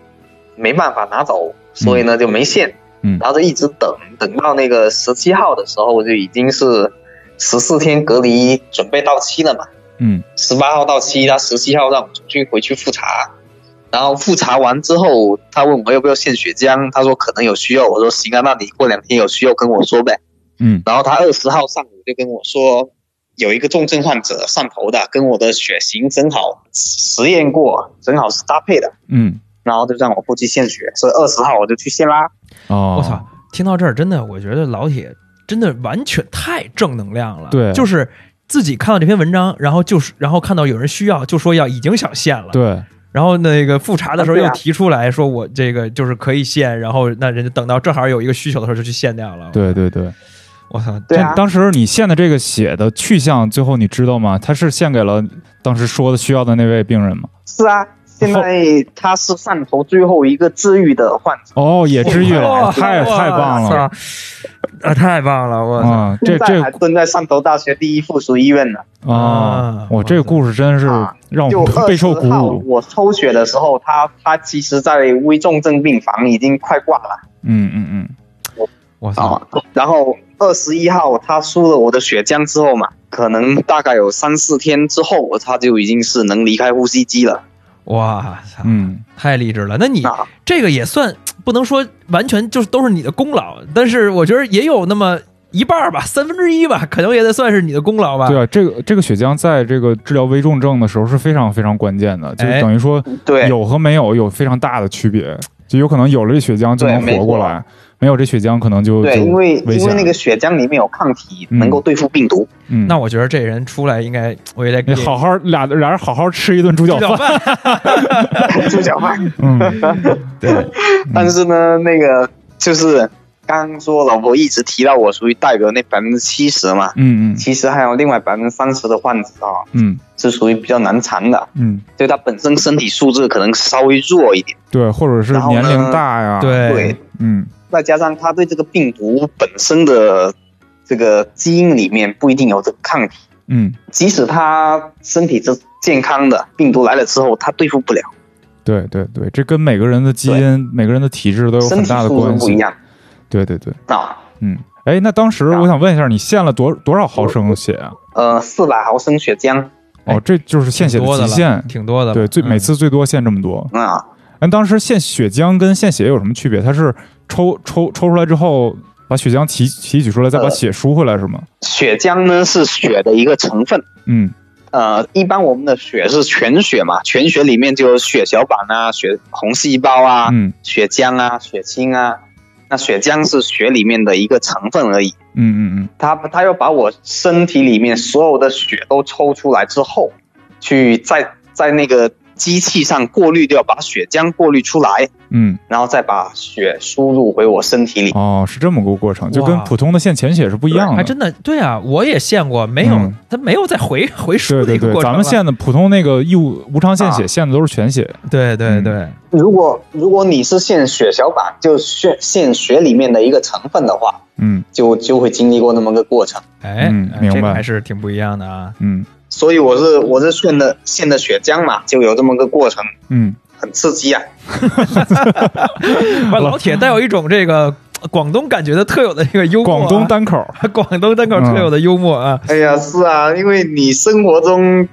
Speaker 3: 没办法拿走，所以呢就没献。
Speaker 1: 嗯
Speaker 3: 然后就一直等，等到那个十七号的时候，我就已经是十四天隔离准备到期了嘛。
Speaker 1: 嗯，
Speaker 3: 十八号到期，他十七号让我出去回去复查，然后复查完之后，他问我要不要献血浆，他说可能有需要，我说行啊，那你过两天有需要跟我说呗。
Speaker 1: 嗯，
Speaker 3: 然后他二十号上午就跟我说，有一个重症患者上头的，跟我的血型正好实验过，正好是搭配的，
Speaker 1: 嗯，
Speaker 3: 然后就让我过去献血，所以二十号我就去献啦。
Speaker 1: 哦，
Speaker 2: 我操，！听到这儿，真的，我觉得老铁真的完全太正能量了。
Speaker 1: 对
Speaker 2: 就是自己看到这篇文章，然后就是，然后看到有人需要，就说要已经想献了。
Speaker 1: 对，
Speaker 2: 然后那个复查的时候
Speaker 3: 啊对
Speaker 2: 又
Speaker 3: 啊
Speaker 2: 提出来说，我这个就是可以献，然后那人家等到正好有一个需求的时候就去献掉了。，
Speaker 1: 对对对。
Speaker 2: 我操，
Speaker 3: 对啊
Speaker 1: 但，当时你献的这个血的去向，最后你知道吗？他是献给了当时说的需要的那位病人吗？
Speaker 3: 是啊，现在他是上头最后一个治愈的患者，
Speaker 1: 哦，也治愈了，
Speaker 2: 哇
Speaker 1: 太太棒了！
Speaker 2: 哇啊，太棒了，我操！
Speaker 1: 啊、 这
Speaker 3: 现在
Speaker 1: 这
Speaker 3: 还蹲在上头大学第一附属医院呢。
Speaker 1: 啊
Speaker 2: 啊，
Speaker 1: 我这个故事真是
Speaker 3: 啊
Speaker 1: 让
Speaker 3: 就
Speaker 1: 我们
Speaker 3: 二
Speaker 1: 哦备
Speaker 3: 十
Speaker 1: 受鼓
Speaker 3: 号
Speaker 1: 舞。
Speaker 3: 啊我抽血的时候，他他其实在危重症病房已经快挂了。
Speaker 1: 嗯嗯嗯，
Speaker 2: 我操，
Speaker 3: 啊，
Speaker 1: 哦
Speaker 3: 然后二十一号他输了我的血浆之后嘛，可能大概有三四天之后，他就已经是能离开呼吸机了。
Speaker 2: 哇操，
Speaker 1: 嗯，
Speaker 2: 太励志了！那你
Speaker 3: 啊，
Speaker 2: 这个也算不能说完全就是都是你的功劳，但是我觉得也有那么一半儿吧，三分之一吧， 可能也得算是你的功劳吧。
Speaker 1: 对啊，这个这个血浆在这个治疗危重症的时候是非常非常关键的，就是
Speaker 2: 哎
Speaker 1: 等于说
Speaker 3: 对，
Speaker 1: 有和没有有非常大的区别，就有可能有了这血浆就
Speaker 3: 对
Speaker 1: 能
Speaker 3: 没
Speaker 1: 活
Speaker 3: 错
Speaker 1: 过来，没有这血浆可能就
Speaker 3: 对，
Speaker 1: 就
Speaker 3: 因为
Speaker 1: 危
Speaker 3: 因为
Speaker 1: 险
Speaker 3: 那个血浆里面有抗体，
Speaker 1: 嗯
Speaker 3: 能够对付 病毒。
Speaker 1: 嗯，
Speaker 2: 那我觉得这人出来应该我也得
Speaker 1: 你
Speaker 2: 给
Speaker 1: 好好俩俩人好好吃一顿猪脚
Speaker 2: 吃点
Speaker 1: 饭，
Speaker 2: 饭。
Speaker 3: 就讲话，
Speaker 1: 嗯，对，
Speaker 3: 但是呢，那个就是刚说老婆一直提到我属于代表那百分之七十嘛，
Speaker 1: 嗯嗯
Speaker 3: 其实还有另外百分之三十的患者啊，
Speaker 1: 嗯
Speaker 3: 是属于比较难缠的，
Speaker 1: 嗯，
Speaker 3: 就他本身身体素质可能稍微弱一点，
Speaker 1: 对，或者是
Speaker 3: 然后
Speaker 1: 年
Speaker 3: 呢
Speaker 1: 龄大呀，，
Speaker 2: 对
Speaker 3: 对，
Speaker 1: 嗯
Speaker 3: 再加上他对这个病毒本身的这个基因里面不一定有这个抗体，
Speaker 1: 嗯，
Speaker 3: 即使他身体是健康的，病毒来了之后他对付不了，
Speaker 1: 对对对，这跟每个人的基因、每个人的体质都有
Speaker 3: 身
Speaker 1: 很
Speaker 3: 体
Speaker 1: 大的
Speaker 3: 素质
Speaker 1: 关
Speaker 3: 不一
Speaker 1: 系。
Speaker 3: 样
Speaker 1: 对对对，
Speaker 3: 啊。
Speaker 1: 嗯，哎，那当时
Speaker 3: 啊
Speaker 1: 我想问一下，你献了多多少毫升血啊？
Speaker 3: 呃，四百毫升血浆
Speaker 1: 哦，这就是献血
Speaker 2: 哎挺多
Speaker 1: 极
Speaker 2: 的
Speaker 1: 限
Speaker 2: 了，，挺多的了，
Speaker 1: 对，最
Speaker 2: 嗯
Speaker 1: 每次最多献这么多。
Speaker 3: 啊，
Speaker 1: 那当时献血浆跟献血有什么区别？它是抽抽抽出来之后，把血浆提提取出来，再把
Speaker 3: 呃
Speaker 1: 血输回来是吗？
Speaker 3: 血浆呢是血的一个成分。
Speaker 1: 嗯
Speaker 3: 呃，一般我们的血是全血嘛，全血里面就有血小板啊、血红细胞啊、
Speaker 1: 嗯
Speaker 3: 血浆啊、血清啊。那血浆是血里面的一个成分而已，
Speaker 1: 嗯嗯
Speaker 3: 它它要把我身体里面所有的血都抽出来之后，去在在那个机器上过滤掉，把血浆过滤出来，
Speaker 1: 嗯
Speaker 3: 然后再把血输入回我身体里
Speaker 1: 嗯，。哦，是这么个过程，就跟
Speaker 2: 哇
Speaker 1: 普通的献前血是不一样
Speaker 2: 还
Speaker 1: 的。
Speaker 2: 真的对啊，我也献过，没有
Speaker 1: 嗯
Speaker 2: 他没有再回回输
Speaker 1: 对
Speaker 2: 的
Speaker 1: 对
Speaker 2: 一个
Speaker 1: 对，
Speaker 2: 过程啊
Speaker 1: 咱们
Speaker 2: 了。
Speaker 1: 献的普通那个义务无偿献血，
Speaker 3: 啊
Speaker 1: 献的都是全血。
Speaker 2: 对对
Speaker 1: 嗯
Speaker 2: 对，
Speaker 3: 如果如果你是献血小板，就献献血里面的一个成分的话，
Speaker 1: 嗯
Speaker 3: 就就会经历过那么个过程。
Speaker 2: 哎
Speaker 1: 嗯，
Speaker 2: 哎
Speaker 1: 明
Speaker 2: 这个
Speaker 1: 白
Speaker 2: 还是挺不一样 的啊。
Speaker 1: 嗯
Speaker 3: 所以我是我是献的献的血浆嘛，就有这么个过程，
Speaker 1: 嗯，
Speaker 3: 很刺激啊！
Speaker 2: 把老铁带有一种这个呃广东感觉的特有的这个幽默啊，
Speaker 1: 广东嗯单口。
Speaker 2: 广东单口特有的幽默啊。
Speaker 3: 哎呀，是啊，因为你生活中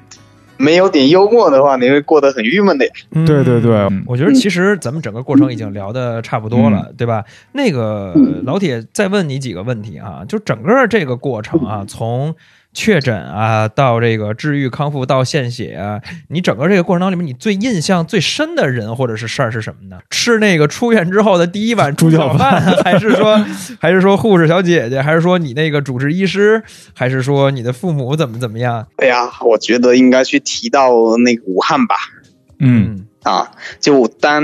Speaker 3: 没有点幽默的话，你会过得很郁闷的呀。
Speaker 2: 嗯
Speaker 1: 对对对嗯
Speaker 2: 我觉得其实咱们整个过程已经聊的差不多了，对吧？那个呃老铁，再问你几个问题啊，就整个这个过程啊，从确诊啊到这个治愈康复到献血啊，你整个这个过程当中里面，你最印象最深的人或者是事儿是什么呢？是那个出院之后的第一碗
Speaker 1: 猪
Speaker 2: 猪
Speaker 1: 脚
Speaker 2: 脚饭，还是 说还是说护士小姐姐，还是说你那个主治医师，还是说你的父母怎么怎么样？
Speaker 3: 哎呀，我觉得应该去提到那个武汉吧。
Speaker 1: 嗯
Speaker 3: 啊，就当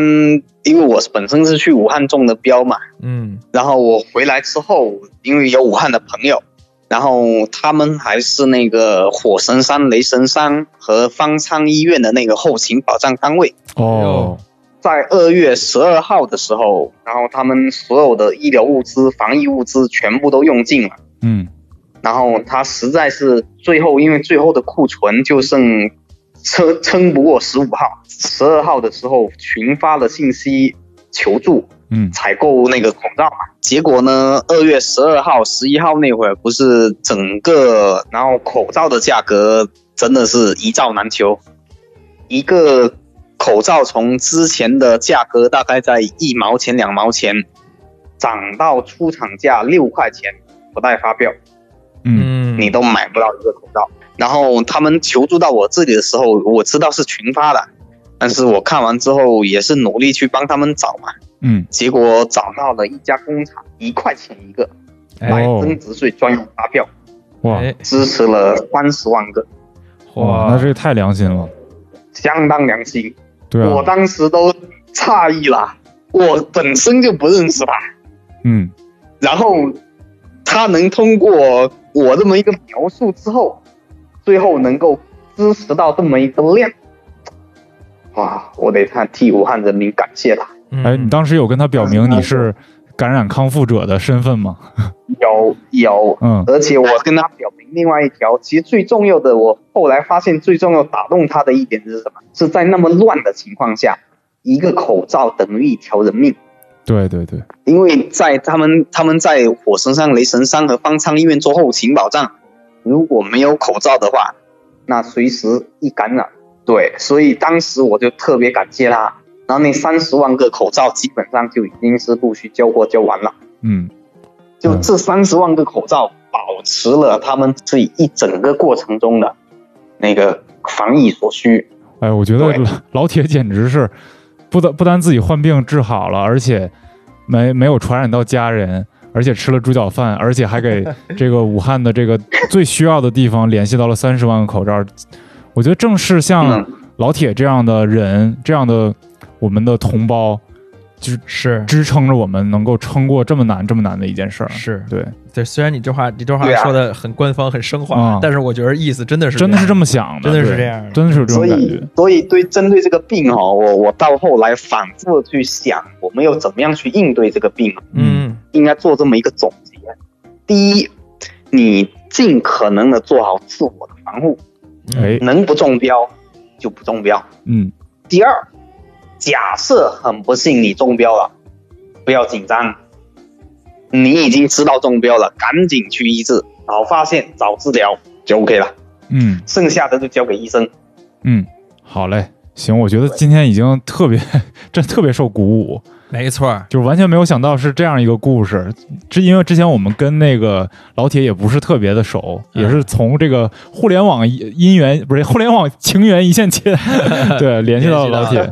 Speaker 3: 因为我本身是去武汉中的标嘛，
Speaker 2: 嗯
Speaker 3: 然后我回来之后，因为有武汉的朋友，然后他们还是那个火神山、雷神山和方舱医院的那个后勤保障单位，
Speaker 1: 哦
Speaker 3: 在二月十二号的时候，然后他们所有的医疗物资、防疫物资全部都用尽了，
Speaker 1: 嗯
Speaker 3: 然后他实在是最后，因为最后的库存就剩撑撑不过十五号，十二号的时候群发了信息求助，
Speaker 1: 嗯
Speaker 3: 采购那个口罩嘛。结果呢，二月十二号、十一号那会儿，不是整个，然后口罩的价格真的是一罩难求，一个口罩从之前的价格大概在一毛钱、两毛钱，涨到出厂价六块钱，不带发票，
Speaker 1: 嗯
Speaker 2: 嗯，
Speaker 3: 你都买不到一个口罩。然后他们求助到我这里的时候，我知道是群发的，但是我看完之后也是努力去帮他们找嘛。
Speaker 1: 嗯
Speaker 3: 结果找到了一家工厂，一块钱一个，买
Speaker 2: 哎
Speaker 1: 哦
Speaker 3: 增值税专用发票，
Speaker 1: 哇
Speaker 2: 哎
Speaker 3: 支持了三十万个，
Speaker 1: 哇，那这也太良心了。
Speaker 3: 相当良心。
Speaker 1: 对
Speaker 3: 我
Speaker 1: 啊，
Speaker 3: 当时都诧异了，我本身就不认识他，
Speaker 1: 嗯
Speaker 3: 然后他能通过我这么一个描述之后，最后能够支持到这么一个量，哇，我得他替武汉人民感谢他。
Speaker 2: 嗯
Speaker 1: 哎，你当时有跟他表明你是感染康复者的身份吗？
Speaker 3: 有有，
Speaker 1: 嗯
Speaker 3: 而且我跟他表明另外一条，其实最重要的，我后来发现最重要打动他的一点是什么？是在那么乱的情况下，一个口罩等于一条人命。
Speaker 1: 对对对，
Speaker 3: 因为在他们他们在火神山、雷神山和方舱医院做后勤保障，如果没有口罩的话，那随时一感染。对，所以当时我就特别感谢他。然后那三十万个口罩基本上就已经是陆续交货交完了。
Speaker 1: 嗯
Speaker 3: 就这三十万个口罩保持了他们自己一整个过程中的那个防疫所需。
Speaker 1: 哎，我觉得
Speaker 3: 对
Speaker 1: 老 老铁简直是不但不单自己患病治好了，而且没没有传染到家人，而且吃了猪脚饭，而且还 给这个武汉的这个最需要的地方联系到了三十万个口罩。我觉得正是像
Speaker 3: 嗯
Speaker 1: 老铁这样的人，这样的我们的同胞，
Speaker 2: 是
Speaker 1: 支撑着我们能够撑过这么难、这么难的一件事儿。
Speaker 2: 是，
Speaker 1: 对，
Speaker 2: 对。虽然你这话你这话
Speaker 3: 对啊
Speaker 2: 说的很官方、很生化
Speaker 1: 嗯，
Speaker 2: 但是我觉得意思真的是
Speaker 1: 真的是这
Speaker 2: 么
Speaker 1: 么想的，
Speaker 2: 真的是
Speaker 1: 对
Speaker 2: 这样的
Speaker 1: 真的是有这
Speaker 3: 所
Speaker 1: 种感
Speaker 3: 以
Speaker 1: 觉。，
Speaker 3: 所以对针对这个病哦，我我到后来反复去想，我们要怎么样去应对这个病，哦
Speaker 2: 嗯
Speaker 3: 应该做这么一个总结：第一，你尽可能的做好自我的防护，
Speaker 2: 嗯
Speaker 1: 哎，
Speaker 3: 能不中标就不中标；
Speaker 1: 嗯
Speaker 3: 第二，假设很不幸你中标了，不要紧张，你已经知道中标了，赶紧去医治，早发现早治疗就 OK 了，
Speaker 1: 嗯
Speaker 3: 剩下的就交给医生。
Speaker 1: 嗯，好嘞，行，我觉得今天已经特别， 真特别受鼓舞。
Speaker 2: 没错儿，
Speaker 1: 就是完全没有想到是这样一个故事。之因为之前我们跟那个老铁也不是特别的熟，
Speaker 2: 嗯
Speaker 1: 也是从这个互联网姻缘不是互联网情缘一线牵， 对，联系到了老铁。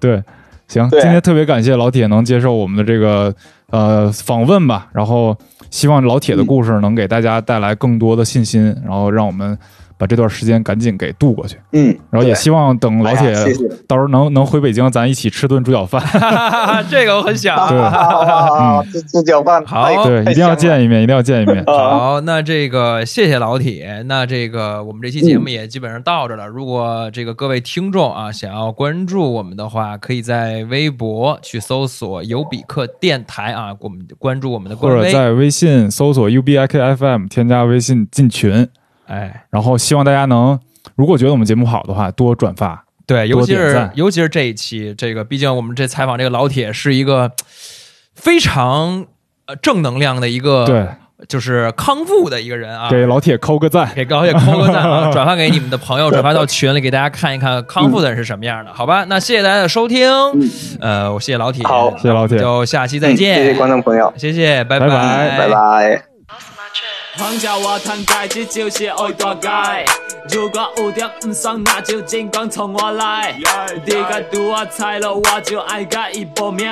Speaker 1: 对，行，
Speaker 3: 对
Speaker 1: 今天特别感谢老铁能接受我们的这个呃访问吧，然后希望老铁的故事能给大家带来更多的信心，然后让我们把这段时间赶紧给度过去。
Speaker 3: 嗯，
Speaker 1: 然哦后也
Speaker 3: 对
Speaker 1: 希望等老
Speaker 3: 哎
Speaker 1: 铁
Speaker 3: 呀谢谢
Speaker 1: 到时候能能回北京，咱一起吃顿猪脚 饭。
Speaker 2: 这个我很想。啊
Speaker 1: 对
Speaker 3: 好好好，吃吃饺饭，
Speaker 2: 好
Speaker 3: 太
Speaker 1: 对，一定要。见一面，一定要见一 面。
Speaker 3: 太香了啊，
Speaker 2: 好，那这个谢谢老铁，那这个我们这期
Speaker 1: 嗯
Speaker 2: 节目也基本上到这了。如果这个各位听众啊想要关注我们的话，可以在微博去搜索“尤比克电台”啊，我们关注我们的
Speaker 1: 或
Speaker 2: 官
Speaker 1: 者
Speaker 2: 微。
Speaker 1: 在微信搜索 UBIKFM 添加微信进群，
Speaker 2: 哎，
Speaker 1: 然后希望大家能，如果觉得我们节目好的话，多转发。
Speaker 2: 对，
Speaker 1: 多
Speaker 2: 尤其
Speaker 1: 点
Speaker 2: 是
Speaker 1: 赞
Speaker 2: 尤其是这一期，这个毕竟我们这采访这个老铁是一个非常呃正能量的一个，
Speaker 1: 对，
Speaker 3: 啊
Speaker 2: 就是康复的一个人啊，
Speaker 1: 给老铁扣个赞。
Speaker 2: 给高铁扣个赞啊，转发给你们的朋友，转发到群里，给大家看一看康复的人是什么样的，好吧？那谢谢大家的收听，呃，我谢谢老铁，
Speaker 3: 嗯好
Speaker 1: 谢谢老铁
Speaker 2: 就下期再
Speaker 3: 嗯
Speaker 2: 见，
Speaker 3: 谢谢观众朋友，
Speaker 2: 谢谢，拜
Speaker 1: 拜
Speaker 3: 拜拜。
Speaker 4: 享受和吞戒指照是愛過界。如果污點唔爽，那就盡管從我來。你家堵我財路，我就愛家一搏命。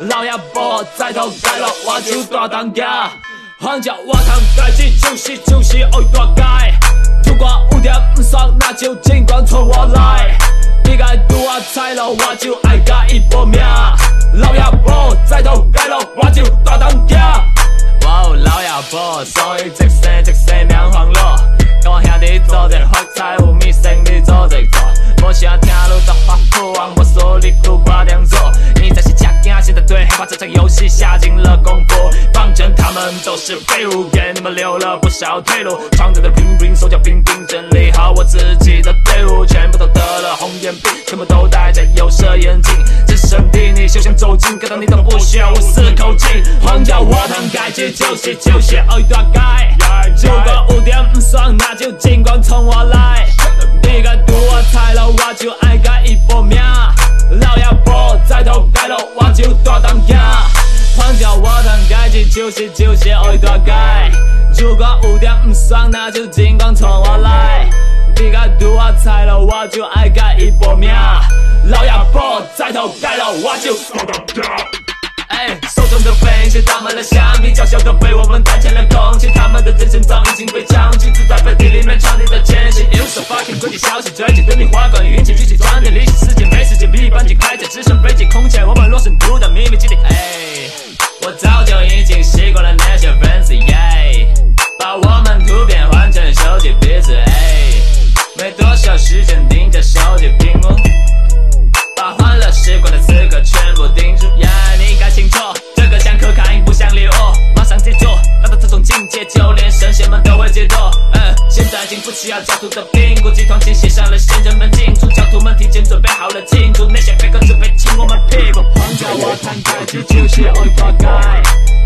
Speaker 4: 老一波再頭解落，我就大當家。享受和吞戒指照是照是愛過界。如果污點唔爽，那就盡管從我來。你家堵我財路，我就愛家一搏命。老一波再頭解落，我就大當家。哇哦，老阿婆，所以直射直射命狂落。跟我兄弟做阵发财，有米生你做阵做。无啥听路的花苦王，我手里苦瓜两做。你才是假惊，现在对害怕这场游戏下尽了功夫。放正他们都是废物，给你们留了不少退路。闯着的平平，手脚冰冰，整理好我自己的队伍，全部都得了红眼病，全部都戴着有色眼镜。只剩地你休想走近，看到你都不需要无视口径。荒郊我堂街，只就是就是爱大街。如果污点唔爽，那就尽管冲我来。你个赌我财路，我就爱个一搏命。老一波再头盖路，我就大当家。荒郊我堂街，只就是就是爱大街。如果污点唔爽，那就尽管冲我来。你个赌我财路，我就爱个一搏命。老一波再头盖路，我就大当家。哎，手中的飞是他们的橡皮，娇小的被我们弹成了空气。他们的真心早已经被将军自在背地里面唱你的艰辛。You so fucking 鬼气消息，追击对你花管云起，举起装点理性世界没时间，比一般级开始，只剩飞机空间，我们落成都的秘密基地。哎，我早就已经习惯了那些粉丝，耶，把我们图片换成手机彼此，哎，没多少时间盯着手机屏幕。把欢乐时光的资格全部定住。呀、你应该清楚，这个像可卡因，不像礼物，马上记住。达到这种境界，就连神仙们都会嫉妒。嗯，现在已经不需要教徒的评估，集团前写上了仙人们进驻，教徒们提前准备好了庆祝，那些飞哥准备亲我们屁股。黄教我摊开，这就是爱花街。